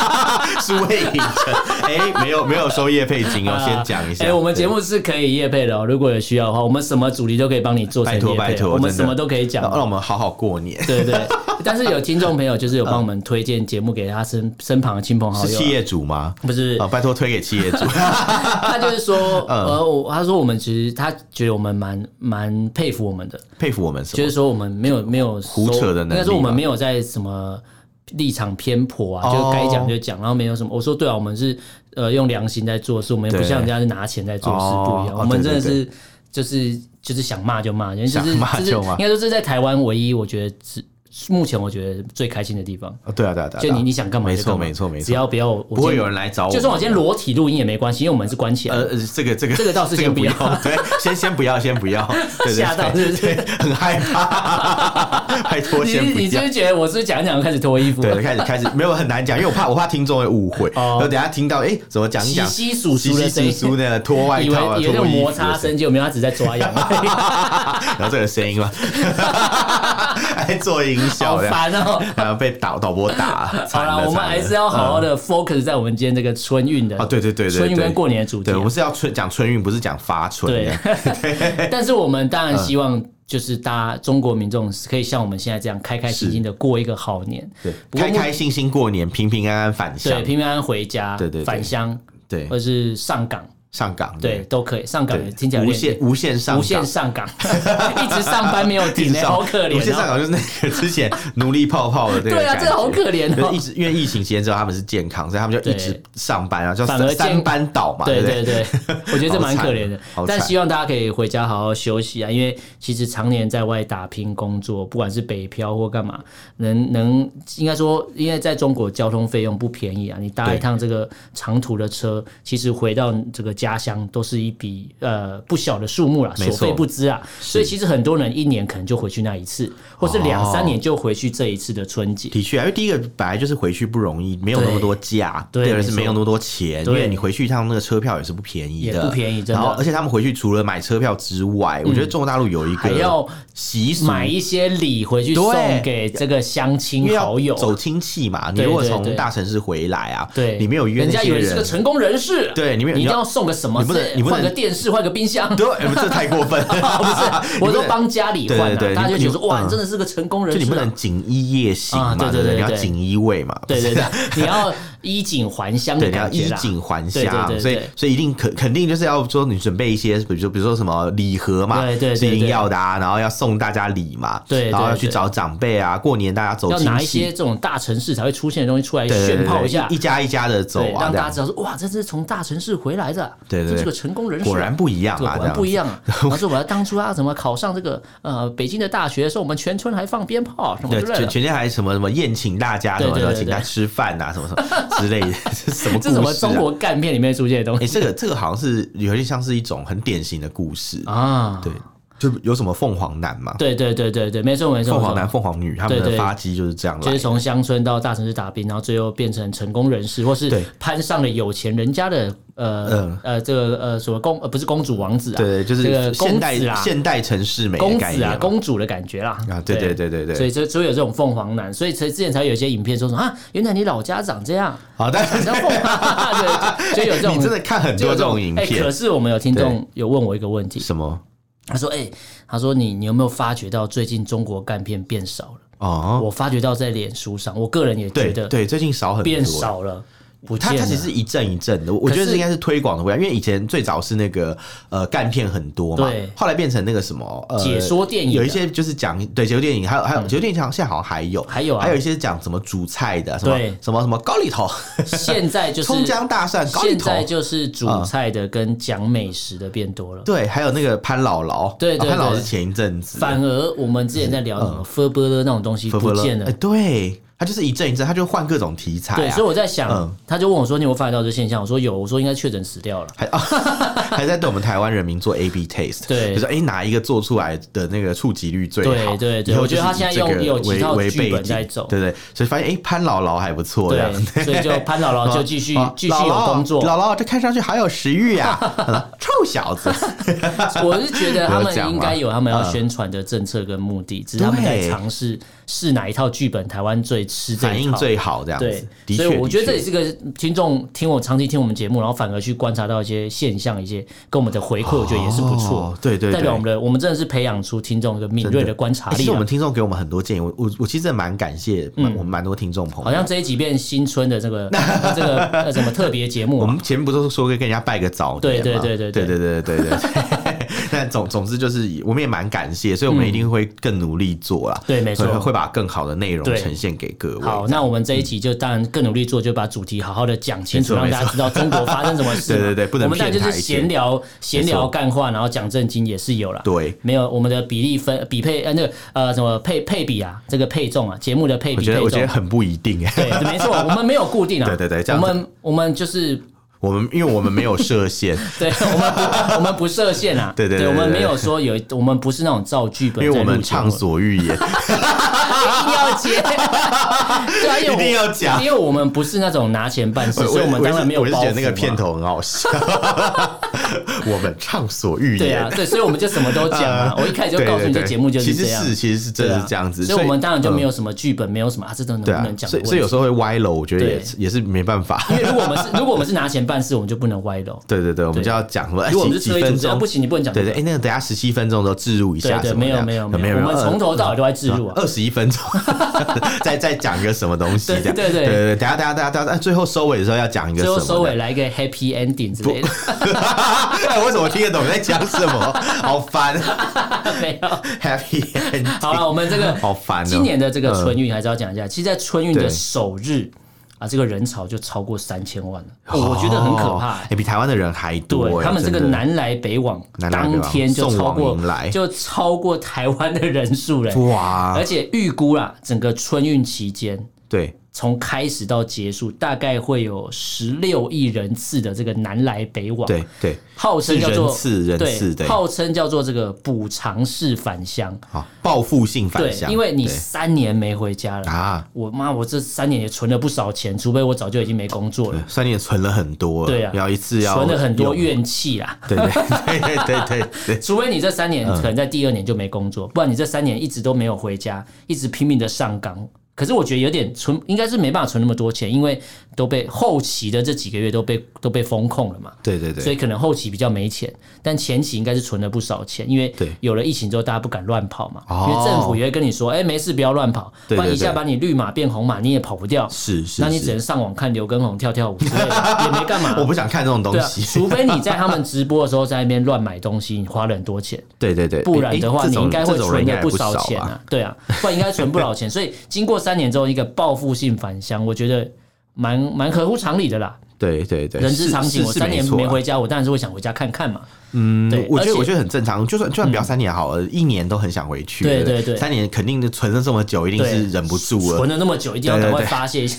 [SPEAKER 1] [laughs] 是魏影城。哎，没有没有收叶配金哦，先讲一下。
[SPEAKER 2] 哎、我们节
[SPEAKER 1] 目
[SPEAKER 2] 目是可以夜配的哦，如果有需要的话，我们什么主题都可以帮你做成
[SPEAKER 1] 拜
[SPEAKER 2] 夜配
[SPEAKER 1] 托
[SPEAKER 2] 哦，
[SPEAKER 1] 拜托，
[SPEAKER 2] 我们
[SPEAKER 1] 真
[SPEAKER 2] 什
[SPEAKER 1] 的
[SPEAKER 2] 么都可以讲
[SPEAKER 1] 让让
[SPEAKER 2] 哦。
[SPEAKER 1] 我们好好过年。
[SPEAKER 2] 对对，但是有听众朋友就是有帮我们推荐节目给他身身旁的亲朋好
[SPEAKER 1] 是
[SPEAKER 2] 友
[SPEAKER 1] 企
[SPEAKER 2] 啊、
[SPEAKER 1] 业主吗？
[SPEAKER 2] 不是
[SPEAKER 1] 啊，，拜托推给企业主。 [laughs]
[SPEAKER 2] 他就是说，
[SPEAKER 1] 嗯
[SPEAKER 2] 呃，我他说我们其实他觉得我们蛮蛮佩服我们的，
[SPEAKER 1] 佩服我们什
[SPEAKER 2] 就
[SPEAKER 1] 么？
[SPEAKER 2] 是说我们没有没有
[SPEAKER 1] 胡扯的能力吧
[SPEAKER 2] 应该说我们没有在什么立场偏颇啊，就
[SPEAKER 1] 哦
[SPEAKER 2] 该讲就讲，然后没有什么。我说对啊，我们是呃用良心在做事，我们也不
[SPEAKER 1] 对
[SPEAKER 2] 像人家是拿钱在做事
[SPEAKER 1] 哦
[SPEAKER 2] 不一样，
[SPEAKER 1] 哦
[SPEAKER 2] 我们
[SPEAKER 1] 对
[SPEAKER 2] 真
[SPEAKER 1] 对
[SPEAKER 2] 的是就是就是想骂就骂，因为就是
[SPEAKER 1] 想骂
[SPEAKER 2] 就是
[SPEAKER 1] 就骂
[SPEAKER 2] 应该说这是在台湾唯一我觉得只目前我觉得最开心的地方，
[SPEAKER 1] 哦对啊，对啊，对啊。
[SPEAKER 2] 就
[SPEAKER 1] 对
[SPEAKER 2] 你
[SPEAKER 1] 啊
[SPEAKER 2] 你想干嘛
[SPEAKER 1] 没
[SPEAKER 2] 就干
[SPEAKER 1] 错，
[SPEAKER 2] 嘛
[SPEAKER 1] 没错，没
[SPEAKER 2] 只
[SPEAKER 1] 错。
[SPEAKER 2] 要不要我
[SPEAKER 1] 不会有
[SPEAKER 2] 今
[SPEAKER 1] 人来找我
[SPEAKER 2] 天
[SPEAKER 1] 们。
[SPEAKER 2] 就算我今天裸体录音也没关系，因为我们是关起来
[SPEAKER 1] 呃
[SPEAKER 2] 的。
[SPEAKER 1] 呃，这个这个
[SPEAKER 2] 这个倒是先
[SPEAKER 1] 不
[SPEAKER 2] 不要
[SPEAKER 1] 用，对，先先不要，先不要，对对
[SPEAKER 2] [laughs] 吓到是不是
[SPEAKER 1] 对，对很害怕， [laughs] 拜托
[SPEAKER 2] 你
[SPEAKER 1] 先不
[SPEAKER 2] 你是
[SPEAKER 1] 要
[SPEAKER 2] 不。是觉得我是不是讲一讲开始脱衣服啊了？
[SPEAKER 1] 对，开始开始没有很难讲，因为我怕我怕听众会误会，然
[SPEAKER 2] 哦
[SPEAKER 1] 后等一下听到哎怎么讲一
[SPEAKER 2] 稀
[SPEAKER 1] 讲，
[SPEAKER 2] 稀疏
[SPEAKER 1] 稀
[SPEAKER 2] 疏的声
[SPEAKER 1] 稀
[SPEAKER 2] 音，
[SPEAKER 1] 疏疏的脱外
[SPEAKER 2] 以
[SPEAKER 1] 套啊，
[SPEAKER 2] 为以为那
[SPEAKER 1] 脱
[SPEAKER 2] 种
[SPEAKER 1] 衣服
[SPEAKER 2] 摩
[SPEAKER 1] 的
[SPEAKER 2] 擦
[SPEAKER 1] 声音，
[SPEAKER 2] 声，就没有他只是在抓
[SPEAKER 1] [laughs]
[SPEAKER 2] 痒， [laughs]
[SPEAKER 1] 然后这个声音嘛， [laughs] 还做营
[SPEAKER 2] 好
[SPEAKER 1] 销的，
[SPEAKER 2] 烦哦。
[SPEAKER 1] 然后被导导播打，
[SPEAKER 2] 好
[SPEAKER 1] 惨了
[SPEAKER 2] 啦，我们
[SPEAKER 1] 惨了嗯
[SPEAKER 2] 还是要好好的 focus 在我们今天这个春运的
[SPEAKER 1] 啊，对对对对，
[SPEAKER 2] 春运
[SPEAKER 1] 对
[SPEAKER 2] 跟过年的主题
[SPEAKER 1] 对，
[SPEAKER 2] 啊
[SPEAKER 1] 我。们是要春讲春运，不是讲发春。
[SPEAKER 2] 对，但是我们当
[SPEAKER 1] 嗯
[SPEAKER 2] 然希望就是大家中国民众可以像我们现在这样开开心心的过一个好年，
[SPEAKER 1] 对，
[SPEAKER 2] [laughs] 不过
[SPEAKER 1] 开开心心过年，平平安安返
[SPEAKER 2] 对，
[SPEAKER 1] 乡，
[SPEAKER 2] 平平安安回家，
[SPEAKER 1] 对对对
[SPEAKER 2] 返乡
[SPEAKER 1] 对
[SPEAKER 2] 或，是上岗，
[SPEAKER 1] 上岗，
[SPEAKER 2] 对，都可以。上岗
[SPEAKER 1] 对，
[SPEAKER 2] 听起来有
[SPEAKER 1] 无
[SPEAKER 2] 点
[SPEAKER 1] 限无限上
[SPEAKER 2] 无
[SPEAKER 1] 岗，
[SPEAKER 2] 限
[SPEAKER 1] [laughs]
[SPEAKER 2] 上岗， [laughs] 一直上班没有
[SPEAKER 1] 一
[SPEAKER 2] 停
[SPEAKER 1] 直 [laughs]
[SPEAKER 2] 欸，
[SPEAKER 1] 上
[SPEAKER 2] 好可
[SPEAKER 1] 无限
[SPEAKER 2] 怜
[SPEAKER 1] 上
[SPEAKER 2] 哦。
[SPEAKER 1] 岗就是那个之前奴隶泡泡的那个
[SPEAKER 2] [laughs] 对啊，
[SPEAKER 1] 感
[SPEAKER 2] 这个好
[SPEAKER 1] 觉
[SPEAKER 2] 可怜
[SPEAKER 1] 就 [laughs]
[SPEAKER 2] 哦
[SPEAKER 1] 是一。直因为疫情期间之后他们是健康，所以他们就一直
[SPEAKER 2] 对
[SPEAKER 1] 上班啊，叫
[SPEAKER 2] 反而
[SPEAKER 1] 三
[SPEAKER 2] 健
[SPEAKER 1] 三班倒嘛，
[SPEAKER 2] 对
[SPEAKER 1] 不
[SPEAKER 2] 对
[SPEAKER 1] 对？ [laughs]
[SPEAKER 2] 对，我觉得这蛮可怜的
[SPEAKER 1] 好惨好惨。
[SPEAKER 2] 但希望大家可以回家好好休息啊，因为其实常年在外打拼工作，不管是北漂或干嘛，能能应该说，因为在中国交通费用不便宜啊，你搭一趟这个长途的车，其实回到这个家乡都是一笔呃不小的数目啦，
[SPEAKER 1] 没
[SPEAKER 2] 所
[SPEAKER 1] 错
[SPEAKER 2] 费不赀啊。所以其实很多人一年可能就回去那一次，或是两
[SPEAKER 1] 哦
[SPEAKER 2] 三年就回去这一次的春节。
[SPEAKER 1] 的确啊，因为第一个本来就是回去不容易，没有那么多假，
[SPEAKER 2] 对
[SPEAKER 1] 第二个是
[SPEAKER 2] 没错
[SPEAKER 1] 没有那么多钱，因
[SPEAKER 2] 对
[SPEAKER 1] 为你回去一趟那个车票也是不便宜的，
[SPEAKER 2] 也不便宜真的
[SPEAKER 1] 然后而且他们回去除了买车票之外，我觉得中国大陆有一
[SPEAKER 2] 还
[SPEAKER 1] 个
[SPEAKER 2] 要
[SPEAKER 1] 习俗，
[SPEAKER 2] 买一些礼回去送
[SPEAKER 1] 对
[SPEAKER 2] 给这个乡
[SPEAKER 1] 因为
[SPEAKER 2] 亲
[SPEAKER 1] 要
[SPEAKER 2] 好友，
[SPEAKER 1] 走亲戚嘛，你
[SPEAKER 2] 对
[SPEAKER 1] 如果
[SPEAKER 2] 对
[SPEAKER 1] 从
[SPEAKER 2] 对
[SPEAKER 1] 大城市回来啊，
[SPEAKER 2] 对，
[SPEAKER 1] 你没有约
[SPEAKER 2] 人
[SPEAKER 1] 那
[SPEAKER 2] 家以
[SPEAKER 1] 些
[SPEAKER 2] 为你是个
[SPEAKER 1] 人。
[SPEAKER 2] 成功人士，
[SPEAKER 1] 对你没有
[SPEAKER 2] 你一定
[SPEAKER 1] 你要
[SPEAKER 2] 要送个什么？
[SPEAKER 1] 你不能
[SPEAKER 2] 是
[SPEAKER 1] 你不能
[SPEAKER 2] 换个电视，换个冰箱。 [laughs] 啊
[SPEAKER 1] 对，哎这太过分了， [laughs]
[SPEAKER 2] 不是，我都帮家里换
[SPEAKER 1] 对对
[SPEAKER 2] 了，
[SPEAKER 1] 对
[SPEAKER 2] 大家就觉得说
[SPEAKER 1] 你
[SPEAKER 2] 哇，
[SPEAKER 1] 嗯
[SPEAKER 2] 你真的是个成功人士啊。
[SPEAKER 1] 就你不能锦衣夜行
[SPEAKER 2] 啊
[SPEAKER 1] 嘛，
[SPEAKER 2] 对对
[SPEAKER 1] 对不
[SPEAKER 2] 对
[SPEAKER 1] 你要
[SPEAKER 2] 对
[SPEAKER 1] 锦衣卫嘛，
[SPEAKER 2] 对对
[SPEAKER 1] 不
[SPEAKER 2] 对
[SPEAKER 1] [laughs] 是，
[SPEAKER 2] 你要衣锦还乡
[SPEAKER 1] 对，
[SPEAKER 2] 的
[SPEAKER 1] 你要
[SPEAKER 2] 感觉
[SPEAKER 1] 衣
[SPEAKER 2] 啦。
[SPEAKER 1] 锦还
[SPEAKER 2] 对对对
[SPEAKER 1] 乡，
[SPEAKER 2] 对
[SPEAKER 1] 所以所以一定肯肯定就是要说你准备一些，比如说比如说什么礼盒嘛，
[SPEAKER 2] 对对对
[SPEAKER 1] 是一定
[SPEAKER 2] 对
[SPEAKER 1] 要的啊，然后要送大家礼嘛，
[SPEAKER 2] 对对
[SPEAKER 1] 然后要去
[SPEAKER 2] 对
[SPEAKER 1] 找长辈啊，过年大家走
[SPEAKER 2] 要
[SPEAKER 1] 亲
[SPEAKER 2] 拿一些
[SPEAKER 1] 戚，
[SPEAKER 2] 这种大城市才会出现的东西出来
[SPEAKER 1] 对对对
[SPEAKER 2] 炫
[SPEAKER 1] 对
[SPEAKER 2] 炮一下
[SPEAKER 1] 一，家一家的走
[SPEAKER 2] 对，
[SPEAKER 1] 啊，
[SPEAKER 2] 让
[SPEAKER 1] 这
[SPEAKER 2] 大家
[SPEAKER 1] 样
[SPEAKER 2] 知道说哇，这是从大城市回来的，
[SPEAKER 1] 对对对
[SPEAKER 2] 这是个成功人士啊。
[SPEAKER 1] 果然不一样
[SPEAKER 2] 这
[SPEAKER 1] 啊，
[SPEAKER 2] 果
[SPEAKER 1] 这
[SPEAKER 2] 然
[SPEAKER 1] 样
[SPEAKER 2] 不一
[SPEAKER 1] [laughs]
[SPEAKER 2] 样啊！然后说我要当初啊，怎么考上这个呃北京的大学的时候，我们全村还放鞭炮什么
[SPEAKER 1] 对，
[SPEAKER 2] 之类
[SPEAKER 1] 全
[SPEAKER 2] 的。
[SPEAKER 1] 全天还什么什么宴请大家，什么
[SPEAKER 2] 对对
[SPEAKER 1] 什么
[SPEAKER 2] 对
[SPEAKER 1] 请
[SPEAKER 2] 对
[SPEAKER 1] 他吃饭啊，什么什么 [laughs] 之类的，这是什么
[SPEAKER 2] 这什
[SPEAKER 1] 故
[SPEAKER 2] 么
[SPEAKER 1] 事
[SPEAKER 2] 中
[SPEAKER 1] 啊？
[SPEAKER 2] 国干片里面出现的东
[SPEAKER 1] 哎，
[SPEAKER 2] 西
[SPEAKER 1] 这个这个好像是有点像是一种很典型的故事，
[SPEAKER 2] 啊？
[SPEAKER 1] 对，就有什么凤凰男嘛，
[SPEAKER 2] 对对对对对，没错没错。
[SPEAKER 1] 凤
[SPEAKER 2] 没
[SPEAKER 1] 凰
[SPEAKER 2] 错
[SPEAKER 1] 男、凤凰女他们
[SPEAKER 2] 对
[SPEAKER 1] 的
[SPEAKER 2] 对
[SPEAKER 1] 发迹就是这样
[SPEAKER 2] 就
[SPEAKER 1] 来
[SPEAKER 2] 是
[SPEAKER 1] 的。
[SPEAKER 2] 从乡村到大城市打拼，然后最后变成成功人士，或是
[SPEAKER 1] 对
[SPEAKER 2] 攀上了有钱人家的呃、
[SPEAKER 1] 嗯
[SPEAKER 2] 呃这个呃什么公呃不是公主王子啊，
[SPEAKER 1] 对，就
[SPEAKER 2] 这个
[SPEAKER 1] 是
[SPEAKER 2] 公
[SPEAKER 1] 现代
[SPEAKER 2] 子啊。
[SPEAKER 1] 现代城市美的
[SPEAKER 2] 公
[SPEAKER 1] 概
[SPEAKER 2] 子
[SPEAKER 1] 念
[SPEAKER 2] 啊，
[SPEAKER 1] 嘛
[SPEAKER 2] 公主的感觉啦
[SPEAKER 1] 啊，对对对对
[SPEAKER 2] 所
[SPEAKER 1] 对。
[SPEAKER 2] 以这所以有这种凤凰男，所以才之前才有一些影片说什么啊，原来你老家长这样，
[SPEAKER 1] 好，但
[SPEAKER 2] 你
[SPEAKER 1] 是
[SPEAKER 2] 知道凤凰，啊 [laughs] 对，所以有这种
[SPEAKER 1] 你真的看很
[SPEAKER 2] 就有
[SPEAKER 1] 多这种影
[SPEAKER 2] 哎可
[SPEAKER 1] 片，
[SPEAKER 2] 是我们有听众有问我一个问题，
[SPEAKER 1] 什么
[SPEAKER 2] 他说，哎、他说你你有没有发觉到最近中国干片变少了？
[SPEAKER 1] 哦，
[SPEAKER 2] 我发觉到在脸书上，我个人也觉
[SPEAKER 1] 对
[SPEAKER 2] 得
[SPEAKER 1] 对，最近少很多，
[SPEAKER 2] 变少了，不
[SPEAKER 1] 它
[SPEAKER 2] 见
[SPEAKER 1] 它
[SPEAKER 2] 了。
[SPEAKER 1] 其实是一阵一阵的，我我觉
[SPEAKER 2] 可
[SPEAKER 1] 得
[SPEAKER 2] 是
[SPEAKER 1] 应该是推广的回来，因为以前最早是那个呃干片很多嘛
[SPEAKER 2] 对，
[SPEAKER 1] 后来变成那个什么呃
[SPEAKER 2] 解说电影啊的
[SPEAKER 1] 有一些就是讲对解说电影，还有还有解说电影好像现在好像还有
[SPEAKER 2] 还有啊
[SPEAKER 1] 还有一些是讲什么煮菜的，什么
[SPEAKER 2] 对
[SPEAKER 1] 什么什么高丽头、
[SPEAKER 2] 现在就是
[SPEAKER 1] 葱姜大蒜、高丽
[SPEAKER 2] 现
[SPEAKER 1] 头，
[SPEAKER 2] 在就是煮菜的跟讲美食的变多了。
[SPEAKER 1] 对，还有那个潘姥姥，
[SPEAKER 2] 对对
[SPEAKER 1] 啊潘姥姥
[SPEAKER 2] 对
[SPEAKER 1] 是前一阵子
[SPEAKER 2] 反而我们之前在聊什么 f u r b e r 那种东西
[SPEAKER 1] 佛佛
[SPEAKER 2] 不
[SPEAKER 1] 勒
[SPEAKER 2] 见了
[SPEAKER 1] 嗯哎，对，他就是一阵一阵，他就换各种题材、啊，
[SPEAKER 2] 对，所以我在想
[SPEAKER 1] 嗯，
[SPEAKER 2] 他就问我说：“你有没有发现到这现象？”我说：“有。”我说：“应该确诊死掉了。
[SPEAKER 1] 还、啊、
[SPEAKER 2] [laughs]
[SPEAKER 1] 还在对我们台湾人民做 A B test，
[SPEAKER 2] 对
[SPEAKER 1] 就是哎、哪一个做出来的那个触及率最好？
[SPEAKER 2] 对对对
[SPEAKER 1] 以后
[SPEAKER 2] 我觉得
[SPEAKER 1] 就是
[SPEAKER 2] 他现在
[SPEAKER 1] 以这个
[SPEAKER 2] 用有几
[SPEAKER 1] 为
[SPEAKER 2] 套
[SPEAKER 1] 为
[SPEAKER 2] 剧
[SPEAKER 1] 背
[SPEAKER 2] 本
[SPEAKER 1] 景
[SPEAKER 2] 在走
[SPEAKER 1] 对对，所以发现哎、潘姥姥还不”错这样。
[SPEAKER 2] 对，所以就潘姥姥就继
[SPEAKER 1] [laughs]
[SPEAKER 2] 续
[SPEAKER 1] 啊
[SPEAKER 2] 继续有工作。
[SPEAKER 1] 姥姥姥姥这看上去好有食欲
[SPEAKER 2] [laughs]
[SPEAKER 1] 呀、啊！臭小子， [laughs]
[SPEAKER 2] 我是觉得他
[SPEAKER 1] 有
[SPEAKER 2] 们
[SPEAKER 1] 讲吗嗯
[SPEAKER 2] 应该有他们要宣传的政策跟目的，只是他们在
[SPEAKER 1] 对
[SPEAKER 2] 尝试是哪一套剧本台湾最吃这一套
[SPEAKER 1] 反应最好这样
[SPEAKER 2] 对
[SPEAKER 1] 子。，的
[SPEAKER 2] 所以
[SPEAKER 1] 确，
[SPEAKER 2] 我觉得这
[SPEAKER 1] 的
[SPEAKER 2] 也是
[SPEAKER 1] 确
[SPEAKER 2] 个听众听我长期听我们节目，然后反而去观察到一些现象，一些跟我们的回馈，我觉得也是不错。
[SPEAKER 1] 哦对对对
[SPEAKER 2] 代表我们的我们真的是培养出听众一个敏锐的观察
[SPEAKER 1] 哎其
[SPEAKER 2] 力
[SPEAKER 1] 实我
[SPEAKER 2] 啊嗯
[SPEAKER 1] 们。听众给我们很多建议，我我我其实真的蛮感谢蛮我们蛮多听众朋友
[SPEAKER 2] 好。像这一集变新春的这
[SPEAKER 1] [laughs]
[SPEAKER 2] 个这个呃什么特别节目
[SPEAKER 1] 我
[SPEAKER 2] 啊，
[SPEAKER 1] 们前面不是说跟人家拜个早年
[SPEAKER 2] 对
[SPEAKER 1] 嘛？
[SPEAKER 2] 对对对
[SPEAKER 1] 对对对对对对。 [laughs] 但总总之就是，我们也蛮感谢，所以我们一定会更努力做啦。
[SPEAKER 2] 对没错
[SPEAKER 1] 会会把更好的内容
[SPEAKER 2] 对
[SPEAKER 1] 呈现给各位。
[SPEAKER 2] 好，那我们这一集就当然更努力做，就把主题好好的讲清楚，
[SPEAKER 1] 嗯没错
[SPEAKER 2] 让大家知道中国发生什么事嘛。
[SPEAKER 1] [laughs] 对对对不能
[SPEAKER 2] 我们当然就
[SPEAKER 1] 骗
[SPEAKER 2] 是
[SPEAKER 1] 台阶
[SPEAKER 2] 闲聊闲
[SPEAKER 1] 没
[SPEAKER 2] 聊
[SPEAKER 1] 错
[SPEAKER 2] 干话，然后讲正经也是有啦。
[SPEAKER 1] 对，
[SPEAKER 2] 没有我们的比例分比配呃那个呃什么配配比啊，这个配重啊，节目的配
[SPEAKER 1] 我
[SPEAKER 2] 比
[SPEAKER 1] 觉得
[SPEAKER 2] 配
[SPEAKER 1] 我觉得
[SPEAKER 2] 重。
[SPEAKER 1] 很不一定哎、
[SPEAKER 2] 对，没错，我们没有固定啊。
[SPEAKER 1] [laughs] 对对对这
[SPEAKER 2] 我
[SPEAKER 1] 样子
[SPEAKER 2] 们我们就是
[SPEAKER 1] [laughs] 我们因为我们没有设限，
[SPEAKER 2] 对，我们不我们不设限啊。
[SPEAKER 1] [laughs] 对对对
[SPEAKER 2] 我们
[SPEAKER 1] 对对
[SPEAKER 2] 没有说有，我们不是那种造剧
[SPEAKER 1] 因
[SPEAKER 2] 本
[SPEAKER 1] 为
[SPEAKER 2] 在录节目，
[SPEAKER 1] 我们畅所欲
[SPEAKER 2] 一
[SPEAKER 1] 言，
[SPEAKER 2] 定要
[SPEAKER 1] [laughs]
[SPEAKER 2] 接，对啊，因为我
[SPEAKER 1] 一定要讲
[SPEAKER 2] 因为我们不是那种拿钱办事，
[SPEAKER 1] 我
[SPEAKER 2] 所以我们当然没有
[SPEAKER 1] 我是
[SPEAKER 2] 包
[SPEAKER 1] 我
[SPEAKER 2] 袱啊
[SPEAKER 1] 是
[SPEAKER 2] 嘛
[SPEAKER 1] 觉得那个片。头很好笑， [laughs] 我们畅所欲
[SPEAKER 2] 对
[SPEAKER 1] 言
[SPEAKER 2] 啊，。对，所以我们就什么都讲啊。
[SPEAKER 1] [laughs] 呃
[SPEAKER 2] 我一开始就告诉你，
[SPEAKER 1] 对对
[SPEAKER 2] 这
[SPEAKER 1] 对
[SPEAKER 2] 节目就是
[SPEAKER 1] 其实
[SPEAKER 2] 这样，
[SPEAKER 1] 是其实是真的
[SPEAKER 2] 对啊
[SPEAKER 1] 是这样子，
[SPEAKER 2] 所以我们当然就没
[SPEAKER 1] 有
[SPEAKER 2] 有什么剧本，没有什么啊，这种能
[SPEAKER 1] 对
[SPEAKER 2] 不
[SPEAKER 1] 啊
[SPEAKER 2] 能，讲的
[SPEAKER 1] 所
[SPEAKER 2] 问
[SPEAKER 1] 以
[SPEAKER 2] 题？
[SPEAKER 1] 所以有时候会歪楼，我觉得也
[SPEAKER 2] 对
[SPEAKER 1] 是也是没办法。
[SPEAKER 2] 因为如果我们是 [laughs] 如果我们是拿钱办事，我们就不能歪楼。
[SPEAKER 1] 对对对，我们
[SPEAKER 2] 对
[SPEAKER 1] 就要讲什么？哎
[SPEAKER 2] 如果我们
[SPEAKER 1] 几
[SPEAKER 2] 是车
[SPEAKER 1] 几
[SPEAKER 2] 衣
[SPEAKER 1] 分
[SPEAKER 2] 组织啊，
[SPEAKER 1] 钟
[SPEAKER 2] 不行，你不能讲这
[SPEAKER 1] 对
[SPEAKER 2] 个。
[SPEAKER 1] 对，哎，那个等下十七分钟都置入一
[SPEAKER 2] 对
[SPEAKER 1] 下
[SPEAKER 2] 对
[SPEAKER 1] 什么的，
[SPEAKER 2] 没有没有
[SPEAKER 1] 没
[SPEAKER 2] 没有，我们从头到尾都在置入啊。
[SPEAKER 1] 二十一分钟，再再讲个什么东西？
[SPEAKER 2] 对
[SPEAKER 1] 这样
[SPEAKER 2] 对对
[SPEAKER 1] 对对，等下等下等下等下，哎最后收尾的时候要讲一个
[SPEAKER 2] 最
[SPEAKER 1] 什么
[SPEAKER 2] 后
[SPEAKER 1] 的？
[SPEAKER 2] 收尾来一个 happy ending 之类的，
[SPEAKER 1] 哎，我怎么听得懂你在讲什么？好烦
[SPEAKER 2] [laughs] 没有。
[SPEAKER 1] ，Happy Ending，
[SPEAKER 2] 好了，我们这个
[SPEAKER 1] 好烦哦。
[SPEAKER 2] 今年的这个春运还是要讲一
[SPEAKER 1] 嗯
[SPEAKER 2] 下。其实，在春运的首日啊，这个人潮就超过三千万了，哦我觉得很可怕
[SPEAKER 1] 哦
[SPEAKER 2] 欸。
[SPEAKER 1] 哎，比台湾的人还多
[SPEAKER 2] 对
[SPEAKER 1] 哎。
[SPEAKER 2] 他们这个
[SPEAKER 1] 真的
[SPEAKER 2] 南来北往，
[SPEAKER 1] 南来北
[SPEAKER 2] 当
[SPEAKER 1] 往
[SPEAKER 2] 天就超
[SPEAKER 1] 送
[SPEAKER 2] 过
[SPEAKER 1] 往迎来
[SPEAKER 2] 就超过台湾的人数了欸，
[SPEAKER 1] 哇
[SPEAKER 2] 而，且预估啦，整个春运期间
[SPEAKER 1] 对，
[SPEAKER 2] 从开始到结束，大概会有十六亿人次的这个南来北往，
[SPEAKER 1] 对对，
[SPEAKER 2] 号称叫做
[SPEAKER 1] 是人次人次对
[SPEAKER 2] 号称叫做这个补偿式返乡，
[SPEAKER 1] 好，报复性返
[SPEAKER 2] 对，
[SPEAKER 1] 乡，
[SPEAKER 2] 因为你
[SPEAKER 1] 对
[SPEAKER 2] 三年没回家了。
[SPEAKER 1] 啊，
[SPEAKER 2] 我妈，我这三年也存了不少钱，除非我早就已经没工作了，
[SPEAKER 1] 三年存了很多了，
[SPEAKER 2] 对啊
[SPEAKER 1] 要一次要
[SPEAKER 2] 存了很多
[SPEAKER 1] 用，嗯
[SPEAKER 2] 怨气啦。
[SPEAKER 1] 对对对对对对
[SPEAKER 2] [laughs] 除非你这三年可能在第二年就没工作，不然你这三年一直都没有回家，一直拼命的上岗。可是我觉得有点存，应该是没办法存那么多钱，因为都被后期的这几个月都被都被风控了嘛。
[SPEAKER 1] 对对对
[SPEAKER 2] 所
[SPEAKER 1] 对
[SPEAKER 2] 以可能后期比较没钱，但前期应该是存了不少钱，因为
[SPEAKER 1] 对
[SPEAKER 2] 有了疫情之后，大家不敢乱跑嘛，
[SPEAKER 1] 哦
[SPEAKER 2] 因为政府也会跟你说，哎、没事不要乱跑，不
[SPEAKER 1] 对对
[SPEAKER 2] 然一
[SPEAKER 1] 对
[SPEAKER 2] 下把你绿码变红码，你也跑不掉，
[SPEAKER 1] 是是，
[SPEAKER 2] 那你只
[SPEAKER 1] 是
[SPEAKER 2] 能上网看刘畊宏跳跳舞之类
[SPEAKER 1] [laughs]
[SPEAKER 2] 的，也没干嘛。
[SPEAKER 1] 我不想看这种东
[SPEAKER 2] 呃对啊，
[SPEAKER 1] 西，
[SPEAKER 2] 除非你在他们直播的时候在那边乱买东西，你花了很多
[SPEAKER 1] [laughs]
[SPEAKER 2] 钱，
[SPEAKER 1] [laughs] 对对对，
[SPEAKER 2] 不然的话
[SPEAKER 1] 诶
[SPEAKER 2] 你
[SPEAKER 1] 这种
[SPEAKER 2] 应该会
[SPEAKER 1] 这种人
[SPEAKER 2] 存了
[SPEAKER 1] 应该
[SPEAKER 2] 不
[SPEAKER 1] 不
[SPEAKER 2] 少钱
[SPEAKER 1] 吧？
[SPEAKER 2] 啊，对啊，不然应该存不少钱。所以经过三年之后一个报复性返乡，我觉得蛮蛮合乎常理的啦，
[SPEAKER 1] 对对对，
[SPEAKER 2] 人之
[SPEAKER 1] 是
[SPEAKER 2] 常情。
[SPEAKER 1] 是
[SPEAKER 2] 我
[SPEAKER 1] 是
[SPEAKER 2] 三年
[SPEAKER 1] 错
[SPEAKER 2] 没
[SPEAKER 1] 啊
[SPEAKER 2] 回家，我当然是会想回家看看嘛。嗯，对，
[SPEAKER 1] 我
[SPEAKER 2] 而
[SPEAKER 1] 觉得
[SPEAKER 2] 且嗯
[SPEAKER 1] 我觉得很正常，就算就算不要三年好了，一年都很想回去。
[SPEAKER 2] 对
[SPEAKER 1] 不
[SPEAKER 2] 对对
[SPEAKER 1] 三年肯定存了这么久，一定
[SPEAKER 2] 对
[SPEAKER 1] 是忍不住
[SPEAKER 2] 存
[SPEAKER 1] 了。
[SPEAKER 2] 了那么久，一定要
[SPEAKER 1] 对对
[SPEAKER 2] 赶快
[SPEAKER 1] 对
[SPEAKER 2] 发泄一下，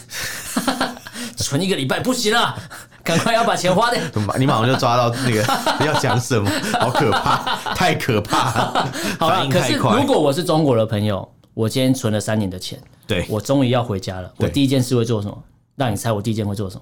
[SPEAKER 2] 存一个礼拜不行啊，赶快要把钱花掉。
[SPEAKER 1] [laughs] 你马上就抓到
[SPEAKER 2] [laughs]
[SPEAKER 1] 那个要讲什么，好可怕，太可怕了，
[SPEAKER 2] 好
[SPEAKER 1] 反
[SPEAKER 2] 了，
[SPEAKER 1] 应
[SPEAKER 2] 可
[SPEAKER 1] 太
[SPEAKER 2] 是
[SPEAKER 1] 快
[SPEAKER 2] 如。果我是中国的朋友，我今天存了三年的钱，
[SPEAKER 1] 对
[SPEAKER 2] 我终于要回家了。我
[SPEAKER 1] 对
[SPEAKER 2] 第一件事会做什么？让你猜我第一件会做什么？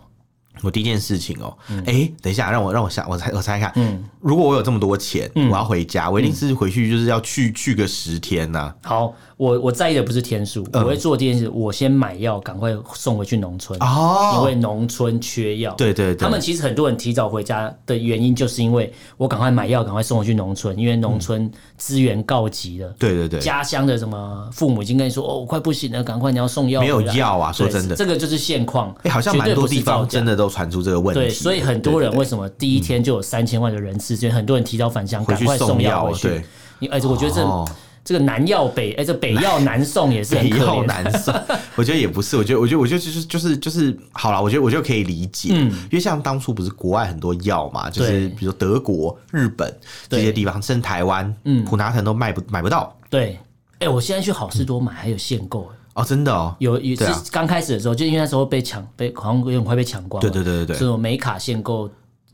[SPEAKER 1] 我第一件事情哦，
[SPEAKER 2] 嗯
[SPEAKER 1] 哎，等一下，让我让我想，我猜我猜看，如果我有这么多钱，
[SPEAKER 2] 嗯
[SPEAKER 1] 我要回家，我一定是回去就是要去去个十天呐。
[SPEAKER 2] 好，我我在意的不是天数，
[SPEAKER 1] 嗯
[SPEAKER 2] 我会做第一件事，我先买药，赶快送回去农村，因
[SPEAKER 1] 哦，
[SPEAKER 2] 为农村缺药。
[SPEAKER 1] 对对对，
[SPEAKER 2] 他们其实很多人提早回家的原因，就是因为我赶快买药，赶快送回去农村，因为农村资源告急了。
[SPEAKER 1] 对对对，
[SPEAKER 2] 家乡的什么父母已经跟你说，哦，我快不行了，赶快你要送药回
[SPEAKER 1] 没
[SPEAKER 2] 来。
[SPEAKER 1] 有药啊，说
[SPEAKER 2] 对，
[SPEAKER 1] 真的，
[SPEAKER 2] 这个就是现况。
[SPEAKER 1] 哎，好像
[SPEAKER 2] 绝对
[SPEAKER 1] 蛮多
[SPEAKER 2] 不是
[SPEAKER 1] 地
[SPEAKER 2] 造
[SPEAKER 1] 方
[SPEAKER 2] 假
[SPEAKER 1] 真的都传出这个问
[SPEAKER 2] 对，
[SPEAKER 1] 题，
[SPEAKER 2] 所以很多人为什么第一天就有三千万的人次？所以很多人提早返乡，
[SPEAKER 1] 回
[SPEAKER 2] 赶
[SPEAKER 1] 去
[SPEAKER 2] 快送
[SPEAKER 1] 送
[SPEAKER 2] 药
[SPEAKER 1] 药
[SPEAKER 2] 回
[SPEAKER 1] 了，
[SPEAKER 2] 去
[SPEAKER 1] 对。。
[SPEAKER 2] 你而且我觉得这、
[SPEAKER 1] 哦
[SPEAKER 2] 这个南药北，哎、这北药南送也是很
[SPEAKER 1] 北 [laughs]
[SPEAKER 2] 可
[SPEAKER 1] 药
[SPEAKER 2] 怜。
[SPEAKER 1] 难受，我觉得也不是，我觉得，我觉得，我觉得就是就是就是好了，我觉得我就可以理解，因为像当初不是国外很多药嘛，就是
[SPEAKER 2] 嗯对
[SPEAKER 1] 比如德国、日本这些
[SPEAKER 2] 对嗯
[SPEAKER 1] 地方，甚至台湾，普拿疼都卖不买不到
[SPEAKER 2] 对，哎、我现在去好事多买还有限购、哎
[SPEAKER 1] 哦，真的哦，
[SPEAKER 2] 有有
[SPEAKER 1] 对啊
[SPEAKER 2] 是刚开始的时候，就因为那时候被抢，被好像有点快被抢光了。
[SPEAKER 1] 对对对对
[SPEAKER 2] 所
[SPEAKER 1] 对。
[SPEAKER 2] 以我每卡限购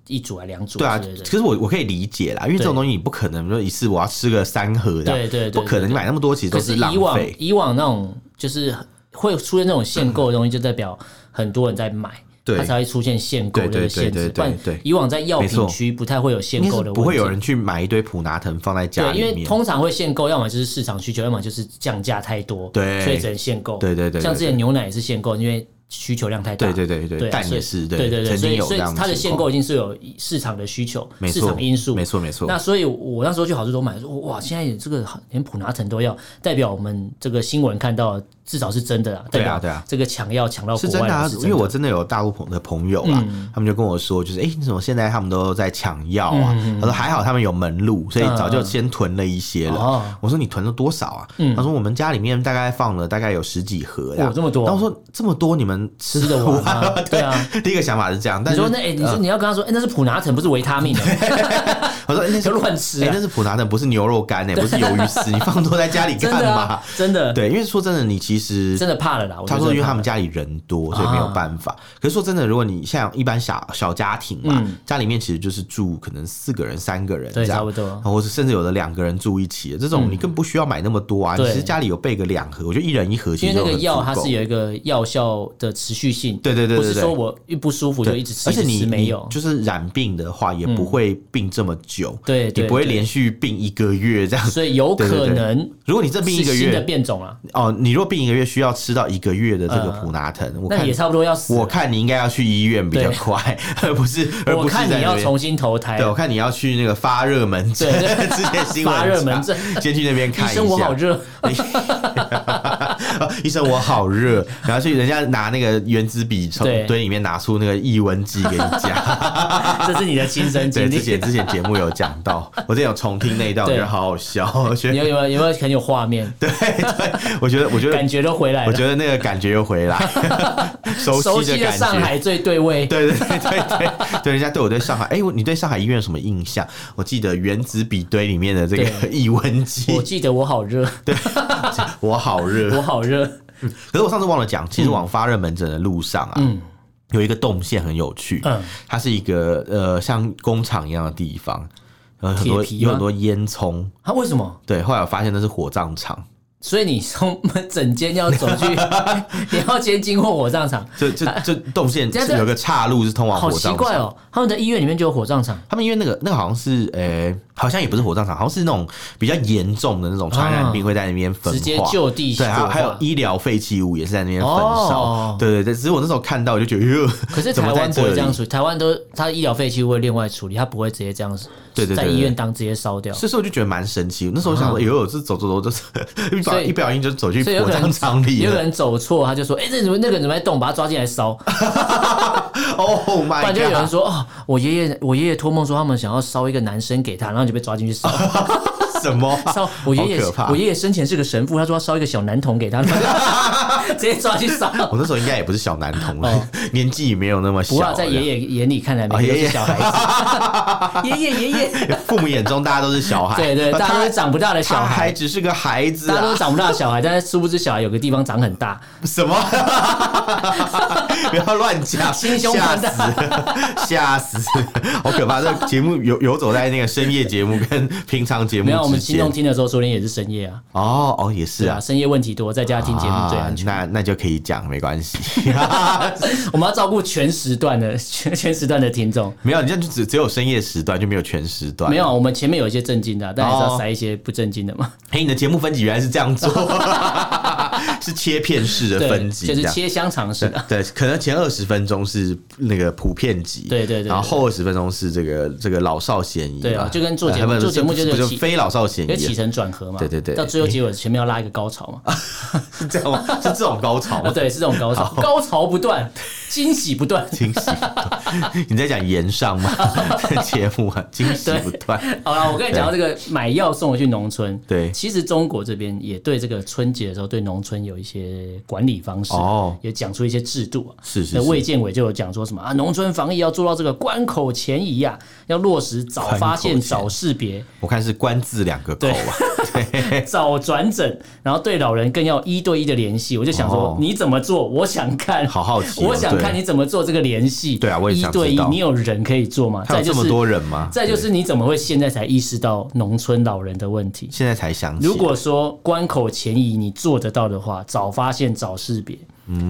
[SPEAKER 2] 一组还两组
[SPEAKER 1] 对啊，
[SPEAKER 2] 之类的
[SPEAKER 1] 可是我我可以理解啦，因为这种
[SPEAKER 2] 对
[SPEAKER 1] 东西你不可能说一次我要吃个三盒的，
[SPEAKER 2] 对对对
[SPEAKER 1] 不可能，你买那么多其实
[SPEAKER 2] 可
[SPEAKER 1] 都
[SPEAKER 2] 是
[SPEAKER 1] 浪
[SPEAKER 2] 以往
[SPEAKER 1] 费。
[SPEAKER 2] 以往那种就是会出现那种限购的东西，就代表很多人在买。
[SPEAKER 1] 对
[SPEAKER 2] 它才会出现限购
[SPEAKER 1] 对
[SPEAKER 2] 这个
[SPEAKER 1] 对
[SPEAKER 2] 限
[SPEAKER 1] 对
[SPEAKER 2] 制，
[SPEAKER 1] 对
[SPEAKER 2] 不然
[SPEAKER 1] 对对
[SPEAKER 2] 以往在药
[SPEAKER 1] 没
[SPEAKER 2] 品
[SPEAKER 1] 错
[SPEAKER 2] 区不太会有限
[SPEAKER 1] 应该
[SPEAKER 2] 购
[SPEAKER 1] 是
[SPEAKER 2] 的问题，
[SPEAKER 1] 不会有人去买一堆普拿疼放在家
[SPEAKER 2] 对，
[SPEAKER 1] 里
[SPEAKER 2] 因
[SPEAKER 1] 面，
[SPEAKER 2] 为通常会限购，要么就是市场需求，要么就是降价太多，
[SPEAKER 1] 对
[SPEAKER 2] 所以只能限购。
[SPEAKER 1] 对对对对
[SPEAKER 2] 像之前牛奶也是限购，因为需求量太大。
[SPEAKER 1] 对对对对
[SPEAKER 2] 对啊，
[SPEAKER 1] 蛋
[SPEAKER 2] 所以
[SPEAKER 1] 也是
[SPEAKER 2] 对对对，
[SPEAKER 1] 曾
[SPEAKER 2] 所
[SPEAKER 1] 经
[SPEAKER 2] 以
[SPEAKER 1] 有
[SPEAKER 2] 所
[SPEAKER 1] 这
[SPEAKER 2] 以
[SPEAKER 1] 样的
[SPEAKER 2] 它的
[SPEAKER 1] 情
[SPEAKER 2] 限
[SPEAKER 1] 况
[SPEAKER 2] 购一定是有市场的需求，
[SPEAKER 1] 没
[SPEAKER 2] 市
[SPEAKER 1] 错
[SPEAKER 2] 场因素，
[SPEAKER 1] 没错没错
[SPEAKER 2] 那所以我那时候去好事多买，说哇，现在这个连普拿疼都要，代表我们这个新闻看到至少是真的啊，代
[SPEAKER 1] 对啊
[SPEAKER 2] 表
[SPEAKER 1] 对啊
[SPEAKER 2] 这个抢药抢到
[SPEAKER 1] [laughs] 是
[SPEAKER 2] 国
[SPEAKER 1] 真
[SPEAKER 2] 外
[SPEAKER 1] 的
[SPEAKER 2] 了
[SPEAKER 1] 啊
[SPEAKER 2] 是，嗯
[SPEAKER 1] 因为我真的有大陆朋的朋友啦，他们就跟我说，就是哎、诶你怎么现在他们都在抢药啊？
[SPEAKER 2] 嗯
[SPEAKER 1] 他说还好他们有门路，所以早就先囤了一些了。
[SPEAKER 2] 哦
[SPEAKER 1] 我说你囤了多少啊？他说我们家里面大概放了大概有十几盒
[SPEAKER 2] 哇
[SPEAKER 1] 呀，
[SPEAKER 2] 哦这么多
[SPEAKER 1] 然后我说这么多你们吃
[SPEAKER 2] 吃得完吗？ [laughs] 对啊。
[SPEAKER 1] 第一个想法是这样，但
[SPEAKER 2] 你
[SPEAKER 1] 是
[SPEAKER 2] 说那哎、你说你要跟他说，哎、那是普拿疼，不是维他命、
[SPEAKER 1] [laughs]
[SPEAKER 2] 欸，
[SPEAKER 1] 我说、诶那
[SPEAKER 2] 不
[SPEAKER 1] 是
[SPEAKER 2] 要 [laughs] 乱吃
[SPEAKER 1] 哎、
[SPEAKER 2] 啊！
[SPEAKER 1] 那是普拿疼，不是牛肉干哎、不是鱿鱼
[SPEAKER 2] [laughs]
[SPEAKER 1] 丝，你放多在家里
[SPEAKER 2] 真
[SPEAKER 1] 干
[SPEAKER 2] 的
[SPEAKER 1] 嘛？
[SPEAKER 2] 啊，真的，
[SPEAKER 1] 对，因为说真的，你其实
[SPEAKER 2] 真的怕了啦。我觉
[SPEAKER 1] 他
[SPEAKER 2] 得
[SPEAKER 1] 说，因为
[SPEAKER 2] 哦真的
[SPEAKER 1] 他
[SPEAKER 2] 怕
[SPEAKER 1] 们
[SPEAKER 2] 了啊
[SPEAKER 1] 家里人多，所以没有办法。可是说真的，如果你像一般小小家庭嘛，家里面其实就是住可能四个人、三个人
[SPEAKER 2] 嗯
[SPEAKER 1] 这
[SPEAKER 2] 对差
[SPEAKER 1] 样啊
[SPEAKER 2] 不，多，嗯
[SPEAKER 1] 或者甚至有的两个人住一起，这种你更不需要买那么多啊。
[SPEAKER 2] 对
[SPEAKER 1] 你其实家里有备个两盒，我觉得一人一盒其
[SPEAKER 2] 因
[SPEAKER 1] 实
[SPEAKER 2] 为
[SPEAKER 1] 就
[SPEAKER 2] 那个
[SPEAKER 1] 很
[SPEAKER 2] 药
[SPEAKER 1] 足
[SPEAKER 2] 它
[SPEAKER 1] 够
[SPEAKER 2] 是有一个药效的持续性，
[SPEAKER 1] 对对对对
[SPEAKER 2] 不是
[SPEAKER 1] 对
[SPEAKER 2] 说我一不舒服就一直吃，
[SPEAKER 1] 而且
[SPEAKER 2] 一直
[SPEAKER 1] 你
[SPEAKER 2] 吃没
[SPEAKER 1] 你
[SPEAKER 2] 有，嗯
[SPEAKER 1] 就是染病的话，也不会病这么久，
[SPEAKER 2] 对对
[SPEAKER 1] 你不会
[SPEAKER 2] 对
[SPEAKER 1] 连续病一个月这样。
[SPEAKER 2] 所以有
[SPEAKER 1] 对对
[SPEAKER 2] 可
[SPEAKER 1] 对
[SPEAKER 2] 能
[SPEAKER 1] 如果你这病一
[SPEAKER 2] 是
[SPEAKER 1] 个
[SPEAKER 2] 新的
[SPEAKER 1] 月
[SPEAKER 2] 变种啊，
[SPEAKER 1] 哦，你如果病一个月需要吃到一个月的这个
[SPEAKER 2] 嗯
[SPEAKER 1] 普拿疼，我
[SPEAKER 2] 那
[SPEAKER 1] 看
[SPEAKER 2] 也差不多要死
[SPEAKER 1] 我
[SPEAKER 2] 了。
[SPEAKER 1] 看你应该要去医院比较
[SPEAKER 2] 对
[SPEAKER 1] 快，而不是而不
[SPEAKER 2] 我
[SPEAKER 1] 是
[SPEAKER 2] 看
[SPEAKER 1] 在
[SPEAKER 2] 你
[SPEAKER 1] 那
[SPEAKER 2] 要
[SPEAKER 1] 边
[SPEAKER 2] 重新投胎
[SPEAKER 1] 对，，我看你要去那个发热门诊
[SPEAKER 2] 对，
[SPEAKER 1] [laughs] 之前新闻
[SPEAKER 2] 发热门诊
[SPEAKER 1] 查 [laughs] 先去那边
[SPEAKER 2] 医
[SPEAKER 1] 看一下。
[SPEAKER 2] 生我好热，
[SPEAKER 1] [laughs] 医生我好热，然后去人家拿那个原子笔从
[SPEAKER 2] 对
[SPEAKER 1] 堆里面拿出那个抑温剂给你
[SPEAKER 2] [laughs]
[SPEAKER 1] 加。
[SPEAKER 2] 这是你的亲身
[SPEAKER 1] 对，
[SPEAKER 2] 经历
[SPEAKER 1] 之。前之前节目有讲到，我之前有重听那一段，我觉
[SPEAKER 2] 对
[SPEAKER 1] 得好好笑，我觉
[SPEAKER 2] 你
[SPEAKER 1] 得
[SPEAKER 2] 有有没有有没有很有画面？
[SPEAKER 1] 对对，我觉得我觉
[SPEAKER 2] 感
[SPEAKER 1] 得
[SPEAKER 2] 觉都回来
[SPEAKER 1] 我
[SPEAKER 2] 了，
[SPEAKER 1] 觉得那个感觉又回来，
[SPEAKER 2] [laughs]
[SPEAKER 1] 熟
[SPEAKER 2] 熟
[SPEAKER 1] 悉
[SPEAKER 2] 悉
[SPEAKER 1] 的
[SPEAKER 2] 的
[SPEAKER 1] 感
[SPEAKER 2] 上
[SPEAKER 1] 觉。
[SPEAKER 2] 海最对味。
[SPEAKER 1] 对对对对对，对人家对我对上海，哎、我你对上海医院有什么印象？我记得原子笔堆里面的这个
[SPEAKER 2] 对
[SPEAKER 1] 抑温剂
[SPEAKER 2] 我，记得我好热，
[SPEAKER 1] 我好热
[SPEAKER 2] 我，好热。
[SPEAKER 1] 可是我上次忘了讲，其实往发热门诊的路上啊，
[SPEAKER 2] 嗯
[SPEAKER 1] 有一个动线很有趣，
[SPEAKER 2] 嗯
[SPEAKER 1] 它是一个呃像工厂一样的地方，呃很多
[SPEAKER 2] 铁皮吗
[SPEAKER 1] 有很多烟囱，
[SPEAKER 2] 他啊为什么？
[SPEAKER 1] 对，后来我发现那是火葬场，
[SPEAKER 2] 所以你从整间要走
[SPEAKER 1] [laughs]
[SPEAKER 2] 去，你要先经过火葬场，
[SPEAKER 1] 这这这动
[SPEAKER 2] [laughs]
[SPEAKER 1] 线
[SPEAKER 2] 这样这样
[SPEAKER 1] 有个岔路是通往
[SPEAKER 2] 好
[SPEAKER 1] 火
[SPEAKER 2] 奇
[SPEAKER 1] 葬
[SPEAKER 2] 怪
[SPEAKER 1] 场。
[SPEAKER 2] 哦！他们的医院里面就有火葬场，
[SPEAKER 1] 他们因为那个那个好像是呃、好像也不是火葬场，好像是那种比较严重的那种传染病会在那边焚化，
[SPEAKER 2] 直接就地
[SPEAKER 1] 对，还
[SPEAKER 2] 火
[SPEAKER 1] 有
[SPEAKER 2] 化
[SPEAKER 1] 还有医疗废弃物也是在那边焚烧。
[SPEAKER 2] 哦
[SPEAKER 1] 对对对，只是我那时候看到我就觉得，哟，
[SPEAKER 2] 可是
[SPEAKER 1] 怎
[SPEAKER 2] 台
[SPEAKER 1] 么在
[SPEAKER 2] 湾不会
[SPEAKER 1] 里
[SPEAKER 2] 这样处理，台湾都他的医疗废弃物会另外处理，他不会直接这样子，
[SPEAKER 1] 对对对
[SPEAKER 2] 在
[SPEAKER 1] 对
[SPEAKER 2] 医院当直接烧掉。
[SPEAKER 1] 所以说我就觉得蛮神奇。那时候我想说，哎呦，这走走走，这一不
[SPEAKER 2] 嗯所以
[SPEAKER 1] 一不小心就走去
[SPEAKER 2] 所以有
[SPEAKER 1] 火
[SPEAKER 2] 可能
[SPEAKER 1] 葬场里
[SPEAKER 2] 有
[SPEAKER 1] 了。
[SPEAKER 2] 人走错，他就说：“哎、这怎么那个人怎么在动？把他抓进来烧。”
[SPEAKER 1] 哎 Oh
[SPEAKER 2] 不
[SPEAKER 1] my
[SPEAKER 2] 然
[SPEAKER 1] god！
[SPEAKER 2] 就有人说：“哦，我爷爷，我爷爷托梦说他们想要烧一个男生给他，然后就被抓进
[SPEAKER 1] [laughs]
[SPEAKER 2] 去烧。
[SPEAKER 1] 什么啊？
[SPEAKER 2] 烧我爷爷
[SPEAKER 1] 好可怕，
[SPEAKER 2] 我爷爷生前是个神父，他说要烧一个小男童给
[SPEAKER 1] [laughs]
[SPEAKER 2] 他，直接抓去烧。
[SPEAKER 1] 我那时候应该也不是小男童了，
[SPEAKER 2] 哦
[SPEAKER 1] [laughs] 年纪也没有那么小
[SPEAKER 2] 不
[SPEAKER 1] 了。
[SPEAKER 2] 要在爷爷眼里看来，每
[SPEAKER 1] 哦
[SPEAKER 2] 个都
[SPEAKER 1] 爷爷
[SPEAKER 2] 是小孩子。
[SPEAKER 1] [laughs]
[SPEAKER 2] 爷爷，爷爷，
[SPEAKER 1] 父母眼中大家都是小孩，
[SPEAKER 2] 对对，
[SPEAKER 1] 那
[SPEAKER 2] 大家都
[SPEAKER 1] 他
[SPEAKER 2] 是长不大的小
[SPEAKER 1] 他还
[SPEAKER 2] 孩，
[SPEAKER 1] 只是啊个孩子、
[SPEAKER 2] 大家都
[SPEAKER 1] 啊
[SPEAKER 2] 是，长不大的小孩，但是殊不知小孩有个地方长很大。[laughs]
[SPEAKER 1] 什么？不要乱讲，
[SPEAKER 2] 心胸
[SPEAKER 1] 吓
[SPEAKER 2] 宽
[SPEAKER 1] 死，吓死，好可怕！这个节目游游走在那个深夜节目跟平常节目
[SPEAKER 2] 没有，我们
[SPEAKER 1] 之
[SPEAKER 2] 听
[SPEAKER 1] 间
[SPEAKER 2] 众。听的时候，昨天也是深夜啊，
[SPEAKER 1] 哦哦，也是
[SPEAKER 2] 对
[SPEAKER 1] 啊
[SPEAKER 2] 啊，。深夜问题多，在家听节啊目最安全。
[SPEAKER 1] 那那就可以讲，没关系。 [laughs]
[SPEAKER 2] [laughs] 我们要照顾全时段的全全时段的听众。
[SPEAKER 1] 没有，你这样就只只有深夜时段，就没有全时段。
[SPEAKER 2] 没有，我们前面有一些正经的啊，但还是
[SPEAKER 1] 哎哦
[SPEAKER 2] 要塞一些不正经的嘛。
[SPEAKER 1] 哎、你的节目分级原来是这
[SPEAKER 2] [laughs]
[SPEAKER 1] 样做，是切片式的
[SPEAKER 2] 对，
[SPEAKER 1] 分级，啊
[SPEAKER 2] 就是
[SPEAKER 1] 这样
[SPEAKER 2] 切香肠式的。
[SPEAKER 1] [laughs] 对，可能前二十分钟是那个普遍级，
[SPEAKER 2] 对对对对
[SPEAKER 1] 然后后二十分钟是这个这个老少咸宜嘛，
[SPEAKER 2] 对啊就跟做节目
[SPEAKER 1] 呃不
[SPEAKER 2] 做节目就是
[SPEAKER 1] 不
[SPEAKER 2] 有
[SPEAKER 1] 就
[SPEAKER 2] 起
[SPEAKER 1] 非老少咸
[SPEAKER 2] 因为起
[SPEAKER 1] [laughs] 宜，啊
[SPEAKER 2] 承转合嘛，
[SPEAKER 1] 对对对
[SPEAKER 2] 到最后结尾前面要拉一个高潮
[SPEAKER 1] [laughs]
[SPEAKER 2] 嘛，
[SPEAKER 1] 是这样吗？是这种高潮
[SPEAKER 2] 啊
[SPEAKER 1] 吗？
[SPEAKER 2] [laughs] 对，是这种高潮，高潮不断，惊喜不断。
[SPEAKER 1] 惊喜不断，你在讲言
[SPEAKER 2] [laughs]
[SPEAKER 1] 上吗？节目啊，惊喜不断。
[SPEAKER 2] 好了，我跟你讲到这个买药送回去农村，
[SPEAKER 1] 对
[SPEAKER 2] 其实中国这边也对这个春节的时候对农村有一些管理方式，
[SPEAKER 1] 哦
[SPEAKER 2] 也讲出一些制度啊。
[SPEAKER 1] 是是
[SPEAKER 2] 那
[SPEAKER 1] 是
[SPEAKER 2] 卫健委就有讲说什么啊，农村防疫要做到这个关口前移啊，要落实早发
[SPEAKER 1] 关
[SPEAKER 2] 现、
[SPEAKER 1] 口前
[SPEAKER 2] 早识别、 [laughs]
[SPEAKER 1] 我看是官字两个口啊，
[SPEAKER 2] 早转诊，然后对老人更要一对一的联系。我就想说
[SPEAKER 1] 哦，
[SPEAKER 2] 你怎么做？我想看，
[SPEAKER 1] 好好奇哦
[SPEAKER 2] 我想看
[SPEAKER 1] 对
[SPEAKER 2] 你怎么做这个联系。
[SPEAKER 1] 对啊我也
[SPEAKER 2] 一
[SPEAKER 1] 想
[SPEAKER 2] 对
[SPEAKER 1] 知
[SPEAKER 2] 一
[SPEAKER 1] 道，
[SPEAKER 2] 你有人可以做吗？
[SPEAKER 1] 他
[SPEAKER 2] 再
[SPEAKER 1] 有
[SPEAKER 2] 就
[SPEAKER 1] 这
[SPEAKER 2] 是
[SPEAKER 1] 么多人吗？
[SPEAKER 2] 再就
[SPEAKER 1] 对
[SPEAKER 2] 是你怎么会现在才意识到农村老人的问题？
[SPEAKER 1] 现在才想起，
[SPEAKER 2] 如果说关口前移你做得到的话，早发现早识别，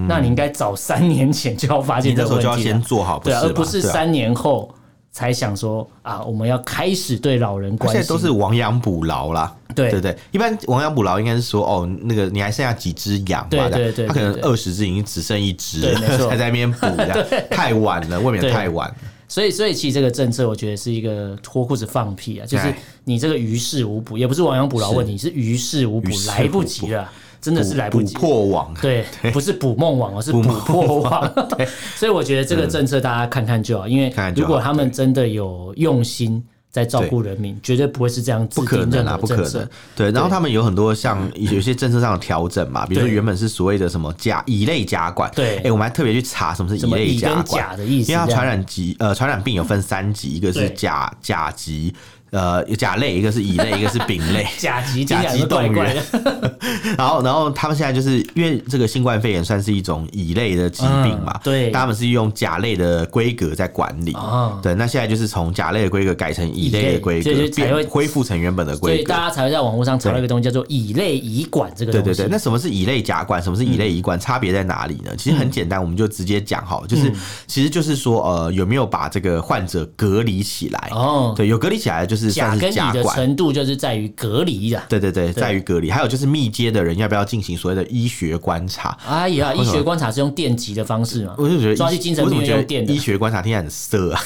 [SPEAKER 2] 那你应该早三年前就要发
[SPEAKER 1] 嗯你
[SPEAKER 2] 现这
[SPEAKER 1] 那时
[SPEAKER 2] 个
[SPEAKER 1] 候就
[SPEAKER 2] 问
[SPEAKER 1] 要
[SPEAKER 2] 题
[SPEAKER 1] 先
[SPEAKER 2] 了，
[SPEAKER 1] 做好，
[SPEAKER 2] 对啊，
[SPEAKER 1] 吧
[SPEAKER 2] 而不是
[SPEAKER 1] 对啊
[SPEAKER 2] 三年后才想说啊，我们要开始对老人
[SPEAKER 1] 啊现
[SPEAKER 2] 关
[SPEAKER 1] 在都
[SPEAKER 2] 心。
[SPEAKER 1] 是亡羊补牢啦，
[SPEAKER 2] 对
[SPEAKER 1] 对对，一般亡羊补牢应该是说哦，那个你还剩下几只羊嘛，
[SPEAKER 2] 对对
[SPEAKER 1] 这
[SPEAKER 2] 对
[SPEAKER 1] 样
[SPEAKER 2] 对
[SPEAKER 1] 他可能
[SPEAKER 2] 对
[SPEAKER 1] 二十只已经只剩一只
[SPEAKER 2] 对没
[SPEAKER 1] 了，
[SPEAKER 2] 错
[SPEAKER 1] [laughs] 才在那边补，
[SPEAKER 2] [laughs]
[SPEAKER 1] 这样太晚了，未免
[SPEAKER 2] 对
[SPEAKER 1] 太晚了。
[SPEAKER 2] 所以，所以其实这个政策，我觉得是一个脱裤子放屁啊，就是
[SPEAKER 1] 哎
[SPEAKER 2] 你这个于事无补，也不是亡羊补牢问题，是于事无补
[SPEAKER 1] 于，事
[SPEAKER 2] 来
[SPEAKER 1] 无
[SPEAKER 2] 不
[SPEAKER 1] 补
[SPEAKER 2] 及了啊，真的是
[SPEAKER 1] 补
[SPEAKER 2] 来不及
[SPEAKER 1] 补。破网，
[SPEAKER 2] [laughs] 对，不是捕梦网，而是捕破网。
[SPEAKER 1] [laughs]
[SPEAKER 2] [laughs] 所以我觉得这个政策大家看看就好，因为
[SPEAKER 1] 嗯看看就
[SPEAKER 2] 如
[SPEAKER 1] 好
[SPEAKER 2] 果他们真的有用心在照顾人民，绝对不会是这样制
[SPEAKER 1] 不可
[SPEAKER 2] 定
[SPEAKER 1] 能
[SPEAKER 2] 任
[SPEAKER 1] 啊，
[SPEAKER 2] 何
[SPEAKER 1] 不可
[SPEAKER 2] 政
[SPEAKER 1] 能
[SPEAKER 2] 策。。
[SPEAKER 1] 对，然后他们有很多像有些政策上的调整嘛，比如说
[SPEAKER 2] 对
[SPEAKER 1] 原本是所谓的什么甲乙类甲管，
[SPEAKER 2] 对
[SPEAKER 1] 哎，我们还特别去查什么是
[SPEAKER 2] 什么
[SPEAKER 1] 类
[SPEAKER 2] 乙
[SPEAKER 1] 甲
[SPEAKER 2] 跟
[SPEAKER 1] 管
[SPEAKER 2] 甲，的意思？
[SPEAKER 1] 因为它
[SPEAKER 2] 这样
[SPEAKER 1] 传染疾呃传染病有分三级，一个是
[SPEAKER 2] 对
[SPEAKER 1] 甲甲级。呃，甲类一个是乙类，一个是丙
[SPEAKER 2] [laughs]
[SPEAKER 1] 类，
[SPEAKER 2] 甲级
[SPEAKER 1] 甲
[SPEAKER 2] 听起来
[SPEAKER 1] 级
[SPEAKER 2] 是怪
[SPEAKER 1] 动
[SPEAKER 2] 怪
[SPEAKER 1] 员
[SPEAKER 2] 的，
[SPEAKER 1] [laughs] 然后，然后他们现在就是因为这个新冠肺炎算是一种乙类的疾病嘛，
[SPEAKER 2] 嗯对
[SPEAKER 1] 他们是用甲类的规格在管理，
[SPEAKER 2] 啊
[SPEAKER 1] 对，那现在就是从甲类的规格改成乙类的规格
[SPEAKER 2] 乙类所以，就才
[SPEAKER 1] 变
[SPEAKER 2] 会
[SPEAKER 1] 恢复成原本的
[SPEAKER 2] [laughs] 所以
[SPEAKER 1] 规格
[SPEAKER 2] 大。家才会在网络上查到一个东西叫做乙类乙管这个
[SPEAKER 1] 对
[SPEAKER 2] 东
[SPEAKER 1] 对
[SPEAKER 2] 西。
[SPEAKER 1] 对，那什么是乙类甲管，什么是乙类
[SPEAKER 2] 嗯
[SPEAKER 1] 乙管，差别在哪里呢？其实很简单，我们就直接讲好了，就是、其实就是说，呃，有没有把这个患者隔离起来？
[SPEAKER 2] 哦，
[SPEAKER 1] 对，有隔离起来就是
[SPEAKER 2] 甲
[SPEAKER 1] 算
[SPEAKER 2] 跟
[SPEAKER 1] 是甲
[SPEAKER 2] 乙的
[SPEAKER 1] 管，
[SPEAKER 2] 程度就是在于隔离啊。
[SPEAKER 1] 对对对，在于隔离。还有就是密接的人要不要进行所谓的医学观察？
[SPEAKER 2] 哎呀，医
[SPEAKER 1] 什么
[SPEAKER 2] 学观察是用电击的方式嘛？
[SPEAKER 1] 我就觉得医
[SPEAKER 2] 抓去精神
[SPEAKER 1] 我怎
[SPEAKER 2] 病院
[SPEAKER 1] 么觉
[SPEAKER 2] 用
[SPEAKER 1] 得
[SPEAKER 2] 电的
[SPEAKER 1] 医。学观察听起来很色啊？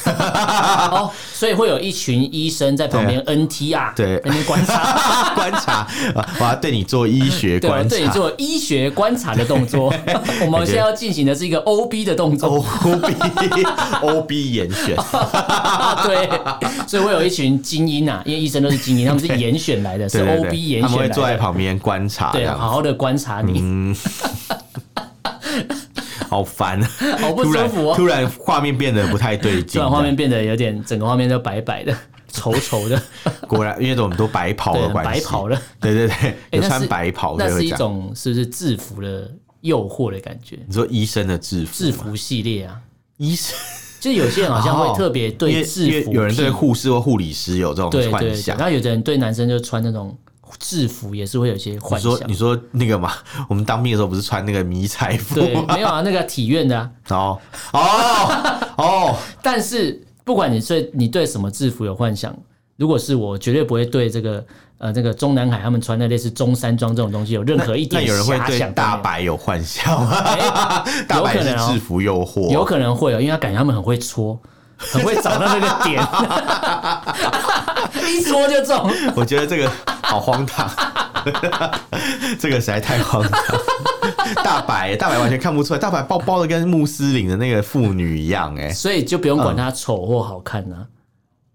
[SPEAKER 2] 哦，所以会有一群医生在旁边 NTR
[SPEAKER 1] 对
[SPEAKER 2] 在那边观察，
[SPEAKER 1] 啊 [laughs] 观察，我要对你做医
[SPEAKER 2] [laughs]
[SPEAKER 1] 学
[SPEAKER 2] 对，我啊
[SPEAKER 1] 观察。
[SPEAKER 2] 对你做医学观察的动
[SPEAKER 1] [laughs]
[SPEAKER 2] 作。我们现在要进行的是一个 OB 的动作，
[SPEAKER 1] O B O B
[SPEAKER 2] [laughs]
[SPEAKER 1] 严选，哦
[SPEAKER 2] 对，所以会有一群精英啊，因为医生都是精英，他们是严选来
[SPEAKER 1] [laughs]
[SPEAKER 2] 的，是
[SPEAKER 1] 对对
[SPEAKER 2] OB
[SPEAKER 1] 对，
[SPEAKER 2] 严
[SPEAKER 1] 他们会
[SPEAKER 2] 选
[SPEAKER 1] 坐在
[SPEAKER 2] 来的，
[SPEAKER 1] 旁边观察，这
[SPEAKER 2] 对，啊
[SPEAKER 1] 样嗯
[SPEAKER 2] 好好的观察你，
[SPEAKER 1] 好烦，
[SPEAKER 2] [laughs] 好不
[SPEAKER 1] 突
[SPEAKER 2] 舒
[SPEAKER 1] 然
[SPEAKER 2] 服哦
[SPEAKER 1] 突。然画面变得不太对劲，
[SPEAKER 2] [laughs] 突然画面变得有点，整个画面都白白的、稠稠
[SPEAKER 1] [laughs]
[SPEAKER 2] 的，
[SPEAKER 1] 果然因为我们都白跑
[SPEAKER 2] 对
[SPEAKER 1] 的，关系，
[SPEAKER 2] 白跑了。 [laughs]
[SPEAKER 1] 对对对，
[SPEAKER 2] 欸
[SPEAKER 1] 有
[SPEAKER 2] 那
[SPEAKER 1] 穿
[SPEAKER 2] 是
[SPEAKER 1] 白袍
[SPEAKER 2] 那
[SPEAKER 1] 的
[SPEAKER 2] 是
[SPEAKER 1] 会
[SPEAKER 2] 一
[SPEAKER 1] 讲。
[SPEAKER 2] 种是不是制服的诱惑的感觉。
[SPEAKER 1] 你说医生的制服吗，
[SPEAKER 2] 制服系列啊，
[SPEAKER 1] 医生
[SPEAKER 2] 就有些人好像会特别
[SPEAKER 1] 哦因
[SPEAKER 2] 对
[SPEAKER 1] 为
[SPEAKER 2] 制
[SPEAKER 1] 因
[SPEAKER 2] 服
[SPEAKER 1] 为有人对
[SPEAKER 2] 癖
[SPEAKER 1] 护士或护理师有这种
[SPEAKER 2] 对对
[SPEAKER 1] 幻
[SPEAKER 2] 对，
[SPEAKER 1] 想
[SPEAKER 2] 然。后有的人对男生就穿那种制服，也是会有些
[SPEAKER 1] 你
[SPEAKER 2] 幻
[SPEAKER 1] 说
[SPEAKER 2] 想
[SPEAKER 1] 你。说那个嘛， [laughs] 我们当兵的时候不是穿那个迷彩服
[SPEAKER 2] 对，
[SPEAKER 1] 吗？
[SPEAKER 2] 没有啊，那个体院的、啊。
[SPEAKER 1] 然后哦哦，
[SPEAKER 2] 但是不管你对你对什么制服有幻想，如果是我，绝对不会对这个呃那个中南海他们穿的类似中山装这种东西有任何一
[SPEAKER 1] 那
[SPEAKER 2] 点
[SPEAKER 1] 有人会
[SPEAKER 2] 遐
[SPEAKER 1] 对
[SPEAKER 2] 想都没
[SPEAKER 1] 大
[SPEAKER 2] 有哎
[SPEAKER 1] 白有幻想吗？ [laughs] 大白是制服诱惑，
[SPEAKER 2] 哦有可能会哦，因为他感觉他们很会搓， [laughs] 很会找到那个点，一搓就中。
[SPEAKER 1] [laughs] 我觉得这个好荒唐， [laughs] 这个实在太荒唐。 [laughs] 大白，大白完全看不出来，大白包包的跟穆斯林的那个妇女一样、哎，
[SPEAKER 2] 所以就不用管他丑或好看
[SPEAKER 1] 嗯
[SPEAKER 2] 啊。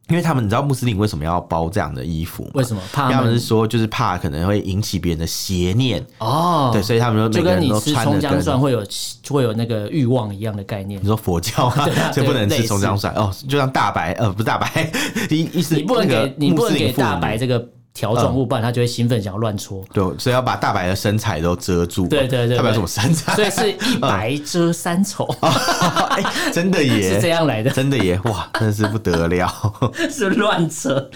[SPEAKER 1] 因为他们你知道穆斯林为什么要包这样的衣服吗？
[SPEAKER 2] 为什么怕他
[SPEAKER 1] 因为
[SPEAKER 2] 们
[SPEAKER 1] 他们是说就是怕可能会引起别人的邪念，
[SPEAKER 2] 哦
[SPEAKER 1] 对，所以他们就
[SPEAKER 2] 就
[SPEAKER 1] 每个
[SPEAKER 2] 跟
[SPEAKER 1] 人
[SPEAKER 2] 你
[SPEAKER 1] 都
[SPEAKER 2] 吃
[SPEAKER 1] 穿
[SPEAKER 2] 葱
[SPEAKER 1] 的
[SPEAKER 2] 姜蒜
[SPEAKER 1] 跟。
[SPEAKER 2] 会有会有那个欲望一样的概念
[SPEAKER 1] 你。说佛教啊， [laughs] 所以不能
[SPEAKER 2] [laughs] 对类
[SPEAKER 1] 吃
[SPEAKER 2] 似
[SPEAKER 1] 葱姜蒜哦，就像大白呃，不是大白， [laughs] 意意思
[SPEAKER 2] 你不能
[SPEAKER 1] 那
[SPEAKER 2] 给
[SPEAKER 1] 个
[SPEAKER 2] 你不
[SPEAKER 1] 穆斯
[SPEAKER 2] 能
[SPEAKER 1] 林
[SPEAKER 2] 给
[SPEAKER 1] 妇女嗯
[SPEAKER 2] 大白这个条状物，不然他就会兴奋想要乱搓。
[SPEAKER 1] 对，所以要把大白的身材都遮住，
[SPEAKER 2] 对对对
[SPEAKER 1] 大白有什么身材？
[SPEAKER 2] 所以是一白遮三丑，
[SPEAKER 1] [laughs] 哎、真的耶，
[SPEAKER 2] [laughs] 是这样来的，
[SPEAKER 1] 真的耶，哇，真的是不得了， [laughs]
[SPEAKER 2] 是乱扯，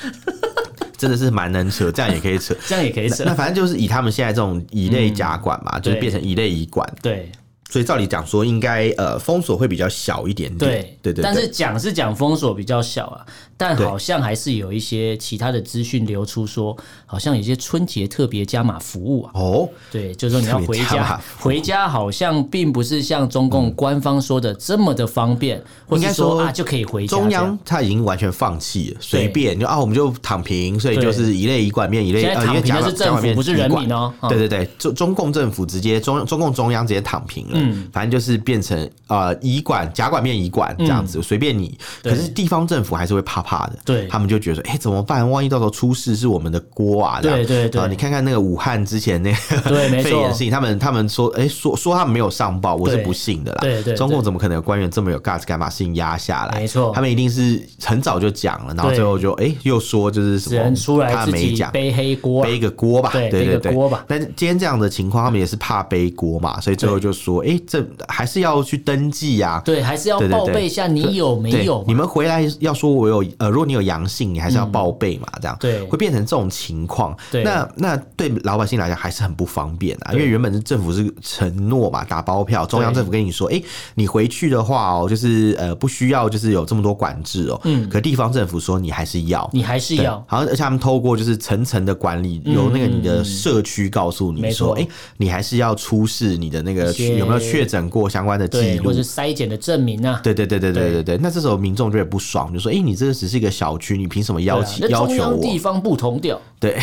[SPEAKER 1] 真的是蛮能扯，这样也可以扯。
[SPEAKER 2] 这样也可以扯嗯
[SPEAKER 1] 那。反正就是以他们现在这种以类甲管嘛，就是变成以类乙管，
[SPEAKER 2] 对
[SPEAKER 1] 所以照理讲说应该呃封锁会比较小一点点。
[SPEAKER 2] 对
[SPEAKER 1] 对对，
[SPEAKER 2] 但是
[SPEAKER 1] 对
[SPEAKER 2] 讲是讲封锁比较小啊，但
[SPEAKER 1] 对
[SPEAKER 2] 好像还是有一些其他的资讯流出说，好像有些春节特别加码服务啊。
[SPEAKER 1] 哦，
[SPEAKER 2] 对，就是说你要回
[SPEAKER 1] 特别加码
[SPEAKER 2] 家，回家好像并不是像中共官方说的这么的方便，或
[SPEAKER 1] 应
[SPEAKER 2] 是
[SPEAKER 1] 该说
[SPEAKER 2] 啊就可以回家这样。
[SPEAKER 1] 中央它已经完全放弃了，随便就啊我们就躺平，所以就是一类乙管变一类，
[SPEAKER 2] 现在
[SPEAKER 1] 呃
[SPEAKER 2] 躺
[SPEAKER 1] 因为
[SPEAKER 2] 平的
[SPEAKER 1] 甲
[SPEAKER 2] 是政府
[SPEAKER 1] 甲管变
[SPEAKER 2] 不是人民哦
[SPEAKER 1] 乙管对对对，中中共政府直接中中共中央直接躺平了，
[SPEAKER 2] 嗯
[SPEAKER 1] 反正就是变成呃乙管甲管变乙管这样子，随便你。
[SPEAKER 2] 嗯对
[SPEAKER 1] 可是地方政府还是会怕怕的，
[SPEAKER 2] 对
[SPEAKER 1] 他们就觉得哎怎么办？万一到时候出事是我们的锅啊！这样
[SPEAKER 2] 对对对
[SPEAKER 1] 啊你看看那个武汉之前那个
[SPEAKER 2] 对没错
[SPEAKER 1] [laughs] 肺炎事情，他们他们说哎说说他们没有上报，我是
[SPEAKER 2] 对
[SPEAKER 1] 不信的啦。
[SPEAKER 2] 对对对
[SPEAKER 1] 中共怎么可能有官员这么有 guts 敢把事情压下来？
[SPEAKER 2] 没错
[SPEAKER 1] 他们一定是很早就讲了，然后
[SPEAKER 2] 对
[SPEAKER 1] 最后就哎、又说就是什
[SPEAKER 2] 只能
[SPEAKER 1] 么
[SPEAKER 2] 出来
[SPEAKER 1] 他
[SPEAKER 2] 自
[SPEAKER 1] 没
[SPEAKER 2] 己
[SPEAKER 1] 讲。
[SPEAKER 2] 背黑锅啊。
[SPEAKER 1] 背一个锅吧，
[SPEAKER 2] 对
[SPEAKER 1] 对对
[SPEAKER 2] 背个
[SPEAKER 1] 对，
[SPEAKER 2] 锅吧
[SPEAKER 1] 但是今天这样的情况，他们也是怕背锅嘛，所以最后就说，哎、这还是要去登记啊呀、
[SPEAKER 2] 对，还是要
[SPEAKER 1] 对对
[SPEAKER 2] 报
[SPEAKER 1] 对
[SPEAKER 2] 备一下你有没
[SPEAKER 1] 对
[SPEAKER 2] 有嘛
[SPEAKER 1] 你们回来要说我有呃，如果你有阳性，你还是要报备嘛，这样
[SPEAKER 2] 对
[SPEAKER 1] 会变成这种情况。
[SPEAKER 2] 对
[SPEAKER 1] 那那对老百姓来讲还是很不方便啊，因
[SPEAKER 2] 对
[SPEAKER 1] 为原本是政府是承诺嘛，打包票，中央政府跟你说，哎，你回去的话哦，就是呃不需要就是有这么多管制哦，嗯，可地方政府说你还是要。
[SPEAKER 2] 你还是
[SPEAKER 1] 对
[SPEAKER 2] 要，嗯
[SPEAKER 1] 好像而且他们透过就是层层的管理，由那个你的社区告诉你
[SPEAKER 2] 没
[SPEAKER 1] 说，
[SPEAKER 2] 错
[SPEAKER 1] 哎、你还是要出示你的那个
[SPEAKER 2] 一些
[SPEAKER 1] 有没有确诊过相关的记
[SPEAKER 2] 对，
[SPEAKER 1] 录
[SPEAKER 2] 或，是筛检的证明啊。
[SPEAKER 1] 对对对对对对对，那这时候民众就会不爽，就说：“哎、你这个只是一个小区，你凭什么要
[SPEAKER 2] 对啊
[SPEAKER 1] 求、
[SPEAKER 2] 那
[SPEAKER 1] 要
[SPEAKER 2] 中
[SPEAKER 1] 求
[SPEAKER 2] 央地
[SPEAKER 1] 我
[SPEAKER 2] 方不同调，？” [laughs]
[SPEAKER 1] 对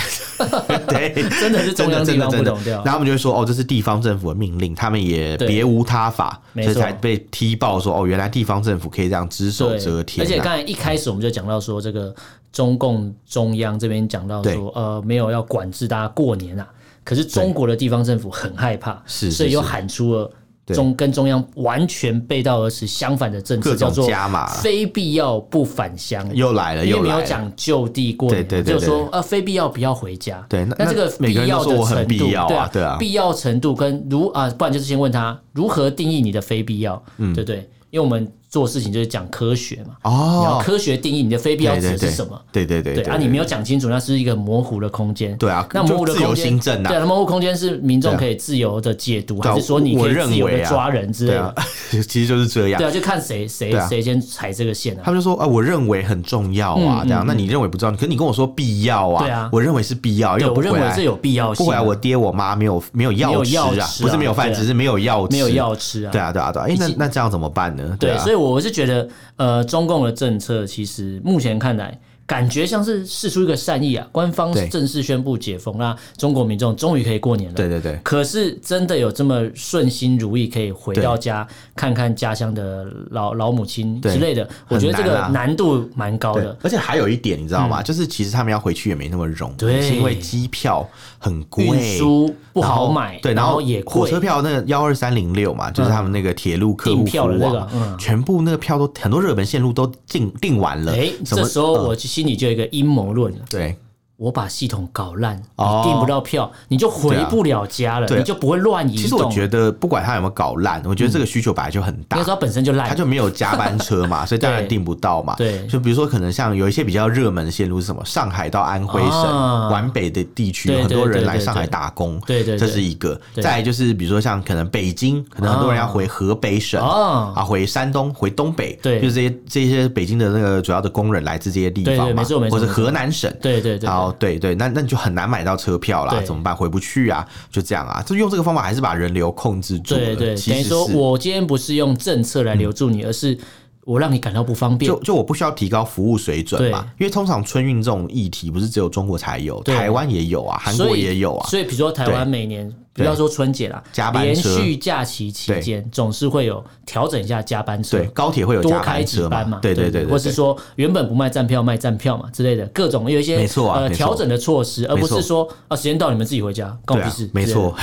[SPEAKER 1] 对，
[SPEAKER 2] 真的是中央地
[SPEAKER 1] 真的
[SPEAKER 2] 方
[SPEAKER 1] 真
[SPEAKER 2] 不
[SPEAKER 1] 的
[SPEAKER 2] 同
[SPEAKER 1] 真的
[SPEAKER 2] 调。
[SPEAKER 1] 然后我们就会说：“哦，这是地方政府的命令，他们也
[SPEAKER 2] 对
[SPEAKER 1] 别无他法。”所
[SPEAKER 2] 没
[SPEAKER 1] 以
[SPEAKER 2] 错
[SPEAKER 1] 才被踢爆说：“哦，原来地方政府可以这样只手
[SPEAKER 2] 对，
[SPEAKER 1] 遮天、
[SPEAKER 2] 而
[SPEAKER 1] 啊。”
[SPEAKER 2] 且刚才一开始我们就讲到说，这个中共中央这边讲到说，呃，没有要管制大家过年啊。可是中国的地方政府很害怕，
[SPEAKER 1] 是是
[SPEAKER 2] 所以又
[SPEAKER 1] 是
[SPEAKER 2] 喊出了
[SPEAKER 1] 对
[SPEAKER 2] 中跟中央完全背道而驰相反的政
[SPEAKER 1] 各
[SPEAKER 2] 策，
[SPEAKER 1] 种
[SPEAKER 2] 叫做
[SPEAKER 1] 加码
[SPEAKER 2] 非必要不返乡。
[SPEAKER 1] 又来了，
[SPEAKER 2] 因为
[SPEAKER 1] 又
[SPEAKER 2] 没
[SPEAKER 1] 来
[SPEAKER 2] 有
[SPEAKER 1] 了。
[SPEAKER 2] 讲就地过年，
[SPEAKER 1] 对对对对
[SPEAKER 2] 就是说呃非必要不要回家。
[SPEAKER 1] 对那
[SPEAKER 2] 那这个
[SPEAKER 1] 那每
[SPEAKER 2] 必
[SPEAKER 1] 个人
[SPEAKER 2] 要
[SPEAKER 1] 都说
[SPEAKER 2] 的
[SPEAKER 1] 我很
[SPEAKER 2] 程度，
[SPEAKER 1] 必要啊
[SPEAKER 2] 对啊，
[SPEAKER 1] 对啊
[SPEAKER 2] 必要程度跟如啊，不然就是先问他如何定义你的非必要，
[SPEAKER 1] 嗯
[SPEAKER 2] 对不对？因为我们做事情就是讲科学嘛，你要
[SPEAKER 1] 哦，
[SPEAKER 2] 科学定义你的非必要
[SPEAKER 1] 对
[SPEAKER 2] 指
[SPEAKER 1] 对
[SPEAKER 2] 的
[SPEAKER 1] 对，
[SPEAKER 2] 是什么？？
[SPEAKER 1] 对对对
[SPEAKER 2] 对啊，你没有讲清楚，那是一个模糊的空间。
[SPEAKER 1] 对啊
[SPEAKER 2] 那
[SPEAKER 1] 就
[SPEAKER 2] 模糊的
[SPEAKER 1] 自由
[SPEAKER 2] 空间，
[SPEAKER 1] 新政啊
[SPEAKER 2] 对，那模糊空间是民众
[SPEAKER 1] 对啊
[SPEAKER 2] 可以自由的解读，
[SPEAKER 1] 对啊
[SPEAKER 2] 还是说你
[SPEAKER 1] 我
[SPEAKER 2] 可以
[SPEAKER 1] 认
[SPEAKER 2] 自由的
[SPEAKER 1] 为啊
[SPEAKER 2] 抓人之类
[SPEAKER 1] 对啊
[SPEAKER 2] 的？，
[SPEAKER 1] [laughs] 其实就是这样
[SPEAKER 2] 对。啊，就看谁谁
[SPEAKER 1] 对啊
[SPEAKER 2] 谁先踩这个线啊
[SPEAKER 1] 他。们就说啊，我认为很重要啊，这样。那你认为不重要？可是你跟我说必要
[SPEAKER 2] 嗯
[SPEAKER 1] 啊，
[SPEAKER 2] 对啊
[SPEAKER 1] 我认为是必要，因
[SPEAKER 2] 对，
[SPEAKER 1] 为不
[SPEAKER 2] 我认
[SPEAKER 1] 回
[SPEAKER 2] 为
[SPEAKER 1] 来
[SPEAKER 2] 这有必要性
[SPEAKER 1] 不
[SPEAKER 2] 啊。
[SPEAKER 1] 回来，我爹我妈没有没有
[SPEAKER 2] 没
[SPEAKER 1] 药
[SPEAKER 2] 有
[SPEAKER 1] 吃
[SPEAKER 2] 药
[SPEAKER 1] 啊，
[SPEAKER 2] 吃啊
[SPEAKER 1] 不是没有饭
[SPEAKER 2] 对啊
[SPEAKER 1] 吃，是没有药吃，
[SPEAKER 2] 没有药吃啊。
[SPEAKER 1] 对啊，对啊，对啊。哎，那
[SPEAKER 2] 以及
[SPEAKER 1] 那这样怎么办呢？
[SPEAKER 2] 对，
[SPEAKER 1] 啊
[SPEAKER 2] 所，以我是觉得，呃，中共的政策其实目前看来，感觉像是试出一个善意啊，官方
[SPEAKER 1] 对
[SPEAKER 2] 正式宣布解封，那中国民众终于可以过年了。
[SPEAKER 1] 对对对
[SPEAKER 2] 可是真的有这么顺心如意，可以回到家看看家乡的老老母亲之类的？我觉得这
[SPEAKER 1] 很
[SPEAKER 2] 个
[SPEAKER 1] 难啊
[SPEAKER 2] 难度蛮高
[SPEAKER 1] 对
[SPEAKER 2] 的。。嗯
[SPEAKER 1] 而且还有一点，你知道吗？就是其实他们要回去也没那么容易，
[SPEAKER 2] 对
[SPEAKER 1] 是因为机票很贵，
[SPEAKER 2] 运输不
[SPEAKER 1] 然后
[SPEAKER 2] 好买，
[SPEAKER 1] 对，
[SPEAKER 2] 然
[SPEAKER 1] 后
[SPEAKER 2] 也
[SPEAKER 1] 火
[SPEAKER 2] 贵，嗯
[SPEAKER 1] 车票那个幺二三零六嘛，就是他们那个铁路客户
[SPEAKER 2] 订
[SPEAKER 1] 服
[SPEAKER 2] 票的
[SPEAKER 1] 务
[SPEAKER 2] 那个
[SPEAKER 1] 网
[SPEAKER 2] 嗯，
[SPEAKER 1] 全部那个票都很多热门线路都订订完了
[SPEAKER 2] 哎，，
[SPEAKER 1] 什么嗯
[SPEAKER 2] 这时候我就心里就有一个阴谋论了。
[SPEAKER 1] 对
[SPEAKER 2] 我把系统搞烂，
[SPEAKER 1] 哦
[SPEAKER 2] 你订不到票，你就回不了家了，
[SPEAKER 1] 对啊对
[SPEAKER 2] 你就不会乱移动。
[SPEAKER 1] 其实我觉得，不管他有没有搞烂，我觉得这个需求本来就很
[SPEAKER 2] 应该。
[SPEAKER 1] 大
[SPEAKER 2] 嗯说它本身就烂，
[SPEAKER 1] 他就没有加班
[SPEAKER 2] [laughs]
[SPEAKER 1] 车嘛，所以当然
[SPEAKER 2] 对
[SPEAKER 1] 订不到嘛。
[SPEAKER 2] 对
[SPEAKER 1] 就比如说可能像有一些比较热门的线路是什么，上海到安徽省
[SPEAKER 2] 啊
[SPEAKER 1] 皖、北的地区，
[SPEAKER 2] 对
[SPEAKER 1] 有很多
[SPEAKER 2] 对
[SPEAKER 1] 人
[SPEAKER 2] 对
[SPEAKER 1] 来
[SPEAKER 2] 对
[SPEAKER 1] 上海
[SPEAKER 2] 对
[SPEAKER 1] 打工，
[SPEAKER 2] 对对对
[SPEAKER 1] 这是一个。
[SPEAKER 2] 对
[SPEAKER 1] 再来就是比如说像可能北京，可能很多人要回河北省
[SPEAKER 2] 啊
[SPEAKER 1] 啊回山东、回东北，
[SPEAKER 2] 对
[SPEAKER 1] 就是这些这些北京的那个主要的工人来自这些地
[SPEAKER 2] 对对
[SPEAKER 1] 方嘛，
[SPEAKER 2] 没错没错
[SPEAKER 1] 或者
[SPEAKER 2] 没错
[SPEAKER 1] 河南省，
[SPEAKER 2] 对对对
[SPEAKER 1] 然后对对，那那你就很难买到车票啦，
[SPEAKER 2] 对
[SPEAKER 1] 怎么办？回不去啊，就这样啊，就用这个方法还是把人流控制住了。
[SPEAKER 2] 对对，
[SPEAKER 1] 其
[SPEAKER 2] 等于
[SPEAKER 1] 实
[SPEAKER 2] 说
[SPEAKER 1] 是
[SPEAKER 2] 我今天不是用政策来留住你，而是我让你感到不方便
[SPEAKER 1] 就。就我不需要提高服务水准嘛，因为通常春运这种议题不是只有中国才有，
[SPEAKER 2] 对
[SPEAKER 1] 台湾也有啊，韩
[SPEAKER 2] 所
[SPEAKER 1] 国
[SPEAKER 2] 以
[SPEAKER 1] 也有啊，
[SPEAKER 2] 所以比如说台湾每年，不要说春节啦
[SPEAKER 1] 加，班
[SPEAKER 2] 连
[SPEAKER 1] 车
[SPEAKER 2] 续假期期间总是会有调整一下加班车
[SPEAKER 1] 对，，高铁会有
[SPEAKER 2] 多
[SPEAKER 1] 加
[SPEAKER 2] 开
[SPEAKER 1] 班
[SPEAKER 2] 几
[SPEAKER 1] 车
[SPEAKER 2] 班嘛，
[SPEAKER 1] 对
[SPEAKER 2] 对
[SPEAKER 1] 对对，
[SPEAKER 2] 或是
[SPEAKER 1] 对
[SPEAKER 2] 说原本不卖站票卖站票嘛之类的各种有一些
[SPEAKER 1] 没错啊
[SPEAKER 2] 呃
[SPEAKER 1] 没错
[SPEAKER 2] 调整的措施，而不
[SPEAKER 1] 没错
[SPEAKER 2] 是说啊时间到你们自己回家，关我
[SPEAKER 1] 对
[SPEAKER 2] 屁
[SPEAKER 1] 啊
[SPEAKER 2] 事，，
[SPEAKER 1] 没
[SPEAKER 2] 之类的
[SPEAKER 1] 错，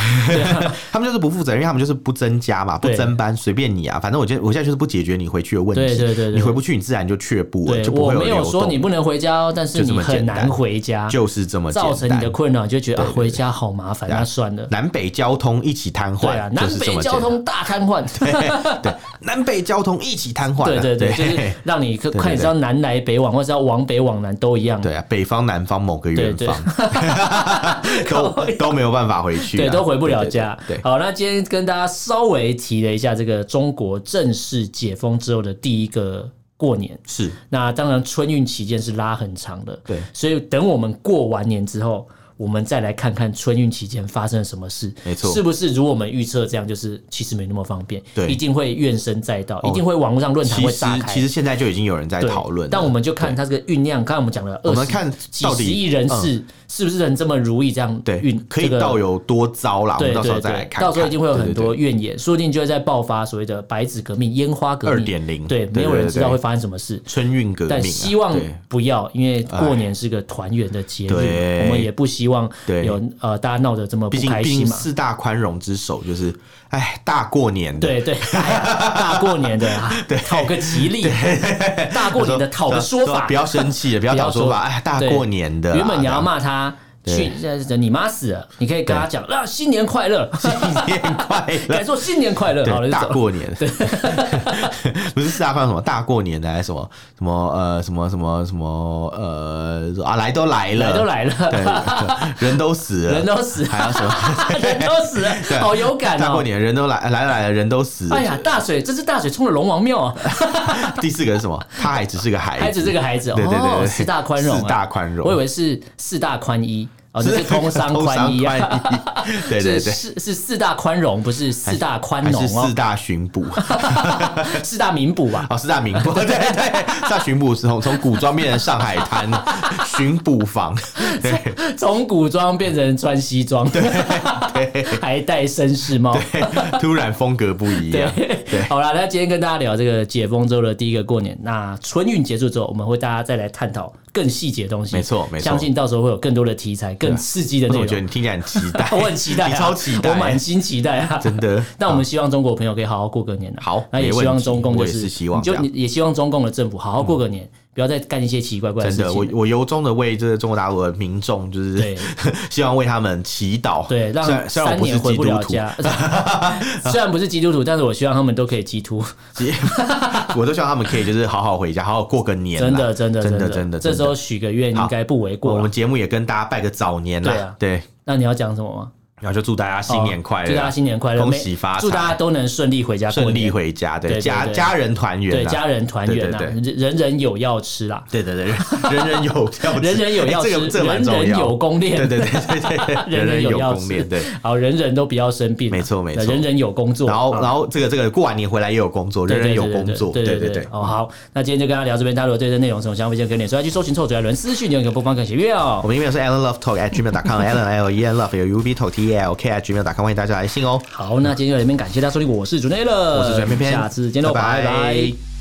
[SPEAKER 1] [laughs] 他们就是不负责任，因为他们就是不增加嘛，不
[SPEAKER 2] 啊对
[SPEAKER 1] 增班，随便你啊，反正我觉得我现在就是不解决你回去的问题，
[SPEAKER 2] 对对对对
[SPEAKER 1] 你回不去，你自然就却步了，
[SPEAKER 2] 对，
[SPEAKER 1] 就不
[SPEAKER 2] 我
[SPEAKER 1] 会
[SPEAKER 2] 没有
[SPEAKER 1] 流
[SPEAKER 2] 说
[SPEAKER 1] 动，
[SPEAKER 2] 你不能回家哦，但是
[SPEAKER 1] 就这
[SPEAKER 2] 你
[SPEAKER 1] 么
[SPEAKER 2] 很
[SPEAKER 1] 简单
[SPEAKER 2] 难回家，
[SPEAKER 1] 就是这么
[SPEAKER 2] 造
[SPEAKER 1] 简
[SPEAKER 2] 成你的
[SPEAKER 1] 单。
[SPEAKER 2] 困扰，你就觉得啊回家好麻烦，那算了。
[SPEAKER 1] 南北交通一起瘫
[SPEAKER 2] 对
[SPEAKER 1] 痪，
[SPEAKER 2] 啊，
[SPEAKER 1] 就
[SPEAKER 2] 南
[SPEAKER 1] 是这
[SPEAKER 2] 北
[SPEAKER 1] 么
[SPEAKER 2] 交
[SPEAKER 1] 简单。
[SPEAKER 2] 通大瘫痪。
[SPEAKER 1] [laughs] 对，南北交通一起瘫痪
[SPEAKER 2] [laughs]
[SPEAKER 1] 啊。
[SPEAKER 2] 对对对，就是让你可
[SPEAKER 1] 对
[SPEAKER 2] 看你是要南来北往，或是要往北往南都一样。
[SPEAKER 1] 对啊，北方、南方某个远
[SPEAKER 2] 嗯对 [laughs]
[SPEAKER 1] 方，都都没有办法回去啊、
[SPEAKER 2] 对，都回不了家。
[SPEAKER 1] 对对对对
[SPEAKER 2] 好，那今天跟大家稍微提了一下这个中国正式解封之后的第一个过年。
[SPEAKER 1] 是，
[SPEAKER 2] 那当然，春运期间是拉很长的，
[SPEAKER 1] 对
[SPEAKER 2] 所以等我们过完年之后，我们再来看看春运期间发生了什么事，
[SPEAKER 1] 没错
[SPEAKER 2] 是不是如我们预测这样，就是其实没那么方便，
[SPEAKER 1] 对
[SPEAKER 2] 一定会怨声载道，一定会网络上论坛
[SPEAKER 1] 其
[SPEAKER 2] 会
[SPEAKER 1] 实
[SPEAKER 2] 炸开，
[SPEAKER 1] 其实现在就已经有人在
[SPEAKER 2] 对
[SPEAKER 1] 讨论了，
[SPEAKER 2] 但我们就看它这个酝酿，刚才我们讲了20，
[SPEAKER 1] 我们看
[SPEAKER 2] 几
[SPEAKER 1] 到
[SPEAKER 2] 十
[SPEAKER 1] 底嗯
[SPEAKER 2] 亿人士是不是能这么如意这样
[SPEAKER 1] 对
[SPEAKER 2] 运
[SPEAKER 1] 可以
[SPEAKER 2] 这个
[SPEAKER 1] 到有多糟啦，我
[SPEAKER 2] 对
[SPEAKER 1] 们到时
[SPEAKER 2] 对
[SPEAKER 1] 候再来
[SPEAKER 2] 对，
[SPEAKER 1] 看看，
[SPEAKER 2] 到时候一定会有很多
[SPEAKER 1] 对。对对
[SPEAKER 2] 怨言，说不定就会在爆发所谓的白纸革命、烟花革命
[SPEAKER 1] 2.0
[SPEAKER 2] 对，没
[SPEAKER 1] 对
[SPEAKER 2] 有
[SPEAKER 1] 对
[SPEAKER 2] 人
[SPEAKER 1] 对
[SPEAKER 2] 知道
[SPEAKER 1] 对
[SPEAKER 2] 会发生什么事。
[SPEAKER 1] 春运革命、啊，
[SPEAKER 2] 但希望
[SPEAKER 1] 对
[SPEAKER 2] 不要，因为过年是个团圆的节日嘛，
[SPEAKER 1] 对
[SPEAKER 2] 我们也不希望
[SPEAKER 1] 对
[SPEAKER 2] 有呃大家闹得这么不
[SPEAKER 1] 毕竟
[SPEAKER 2] 开
[SPEAKER 1] 毕
[SPEAKER 2] 心
[SPEAKER 1] 竟
[SPEAKER 2] 嘛。
[SPEAKER 1] 四大宽容之首就是，哎，大过年的，
[SPEAKER 2] 对对，哎呀大过年的啊，讨个吉利，大过年的讨个说法
[SPEAKER 1] 不。要生气了，不要
[SPEAKER 2] 不要
[SPEAKER 1] 讨说法，
[SPEAKER 2] 说
[SPEAKER 1] 哎，大
[SPEAKER 2] 对
[SPEAKER 1] 过年的啊，
[SPEAKER 2] 原本你要
[SPEAKER 1] 这样
[SPEAKER 2] 骂他。去，呃你妈死了！你可以跟他讲，啊，新年快乐，
[SPEAKER 1] 新年快
[SPEAKER 2] [laughs]
[SPEAKER 1] 乐
[SPEAKER 2] 敢，说新年快乐，好了，就
[SPEAKER 1] 对，大
[SPEAKER 2] 走。
[SPEAKER 1] 过年，
[SPEAKER 2] [laughs]
[SPEAKER 1] 不是四大块什么大过年的，还是什么什么呃什么什么什么呃啊来都来了，
[SPEAKER 2] 来都来了，
[SPEAKER 1] 对，人都死了，
[SPEAKER 2] [laughs] 人都死了，
[SPEAKER 1] 还有什么
[SPEAKER 2] [laughs] 人都死了，好有感
[SPEAKER 1] 大过
[SPEAKER 2] 哦！
[SPEAKER 1] 年人都来来了来了，人都死了。
[SPEAKER 2] 哎呀，大水，这是大水冲了龙王庙啊！
[SPEAKER 1] 第四个是什么？他还只是个孩子，
[SPEAKER 2] 孩子这个孩子，
[SPEAKER 1] 对对对
[SPEAKER 2] 哦，
[SPEAKER 1] 对
[SPEAKER 2] 四大宽容啊，
[SPEAKER 1] 四大宽容
[SPEAKER 2] 我以为是四大宽一，
[SPEAKER 1] [laughs]
[SPEAKER 2] 哦，这是通商
[SPEAKER 1] 通
[SPEAKER 2] 宽
[SPEAKER 1] 商
[SPEAKER 2] 一啊，
[SPEAKER 1] 宽一，对
[SPEAKER 2] [laughs]
[SPEAKER 1] 对
[SPEAKER 2] 是
[SPEAKER 1] 对。
[SPEAKER 2] 是是四大宽容，不是四大宽
[SPEAKER 1] 还
[SPEAKER 2] 农
[SPEAKER 1] 是
[SPEAKER 2] 哦
[SPEAKER 1] 四，大巡捕
[SPEAKER 2] 四大名捕啊吧？
[SPEAKER 1] 哦，四大名捕， [laughs] 对对对，四大巡捕是从从古装变成上海滩巡捕房，对
[SPEAKER 2] 从古装变成穿西装， [laughs] 还戴绅士帽。
[SPEAKER 1] 对，突然风格不一样，
[SPEAKER 2] 对，好啦，那今天跟大家聊这个解封之后的第一个过年。那春运结束之后，我们会大家再来探讨更细节的东西。
[SPEAKER 1] 没错啊没错
[SPEAKER 2] 相信到时候会有更多的题材、更刺激的
[SPEAKER 1] 但是
[SPEAKER 2] 内
[SPEAKER 1] 我觉得
[SPEAKER 2] 容。
[SPEAKER 1] 你听起来很期待，
[SPEAKER 2] [laughs] 我很期待、啊，
[SPEAKER 1] 你超期待，
[SPEAKER 2] 我满心期待啊！
[SPEAKER 1] 真
[SPEAKER 2] [laughs]
[SPEAKER 1] 的
[SPEAKER 2] 但我们希望中国朋友可以好好过个年啊。
[SPEAKER 1] 好
[SPEAKER 2] 那也
[SPEAKER 1] 没问
[SPEAKER 2] 希望
[SPEAKER 1] 题
[SPEAKER 2] 中共就
[SPEAKER 1] 我也是希望
[SPEAKER 2] 你就
[SPEAKER 1] 这样嗯
[SPEAKER 2] 你也希望中共的政府好好过个年，不要再干一些奇奇怪怪
[SPEAKER 1] 真
[SPEAKER 2] 事
[SPEAKER 1] 的，
[SPEAKER 2] 情
[SPEAKER 1] 我。我由衷的为这个中国大陆的民众，就
[SPEAKER 2] 对
[SPEAKER 1] 是 [laughs] 希望为他们祈祷。 [laughs]
[SPEAKER 2] 对，
[SPEAKER 1] 虽
[SPEAKER 2] 让
[SPEAKER 1] 然虽然
[SPEAKER 2] 三
[SPEAKER 1] 我不
[SPEAKER 2] 年
[SPEAKER 1] 是
[SPEAKER 2] 回
[SPEAKER 1] 基
[SPEAKER 2] 不
[SPEAKER 1] 督
[SPEAKER 2] 了
[SPEAKER 1] 徒， [laughs]
[SPEAKER 2] 家。虽然不是基督徒，但是我希望他们都可以基督。
[SPEAKER 1] [laughs] 我都希望他们可以就是好好回家，好好过个年啦。
[SPEAKER 2] 真的，真的，
[SPEAKER 1] 真
[SPEAKER 2] 的，
[SPEAKER 1] 真的，
[SPEAKER 2] 这
[SPEAKER 1] 真
[SPEAKER 2] 时
[SPEAKER 1] 的。
[SPEAKER 2] 候许个愿应该不为过
[SPEAKER 1] 我
[SPEAKER 2] 啦
[SPEAKER 1] 们节目也跟大家拜个早年
[SPEAKER 2] 对
[SPEAKER 1] 啦
[SPEAKER 2] 啊，
[SPEAKER 1] 对，
[SPEAKER 2] 那你要讲什么吗？
[SPEAKER 1] 然后就祝大家新年快乐，
[SPEAKER 2] 祝大家新年快乐，
[SPEAKER 1] 恭喜发财
[SPEAKER 2] 祝大家都能顺利回家过年，
[SPEAKER 1] 顺利回家，
[SPEAKER 2] 对
[SPEAKER 1] 对
[SPEAKER 2] 对
[SPEAKER 1] 家
[SPEAKER 2] 对
[SPEAKER 1] 家人团圆
[SPEAKER 2] 对
[SPEAKER 1] 啦。
[SPEAKER 2] 家人团圆啊，
[SPEAKER 1] 对对
[SPEAKER 2] 人人人有药吃啦。
[SPEAKER 1] 对对对，人人人有要吃
[SPEAKER 2] 人人有药吃
[SPEAKER 1] 这个这个蛮
[SPEAKER 2] 人
[SPEAKER 1] 重要，
[SPEAKER 2] 人有公链
[SPEAKER 1] 对对对对对，
[SPEAKER 2] 人人
[SPEAKER 1] 人
[SPEAKER 2] 有
[SPEAKER 1] 有
[SPEAKER 2] 药
[SPEAKER 1] 公
[SPEAKER 2] 吃
[SPEAKER 1] 链，对。
[SPEAKER 2] [laughs] 好，人人都不要生病啊，
[SPEAKER 1] 没错没错
[SPEAKER 2] 人人有工作，
[SPEAKER 1] 然后
[SPEAKER 2] 好
[SPEAKER 1] 然后这个这个过完年回来也有工作，
[SPEAKER 2] 对
[SPEAKER 1] 人人有工作，
[SPEAKER 2] 对
[SPEAKER 1] 对
[SPEAKER 2] 对
[SPEAKER 1] 对。
[SPEAKER 2] 哦，好，那今天就跟大家聊这边，大家如果对这内容有什么想法，就跟脸书来去搜寻臭嘴艾伦私讯留言给播放更喜悦哦
[SPEAKER 1] 我。们 email 是 allenlovetalk@gmail.com，allen l e n love 有 u v talk t l k at gmail.com，欢迎大家来信哦。
[SPEAKER 2] 好，那今天就到这边感谢大家收听，我是主内乐，
[SPEAKER 1] 我是水偏偏，
[SPEAKER 2] 下次见喽，拜
[SPEAKER 1] 拜
[SPEAKER 2] 拜
[SPEAKER 1] 拜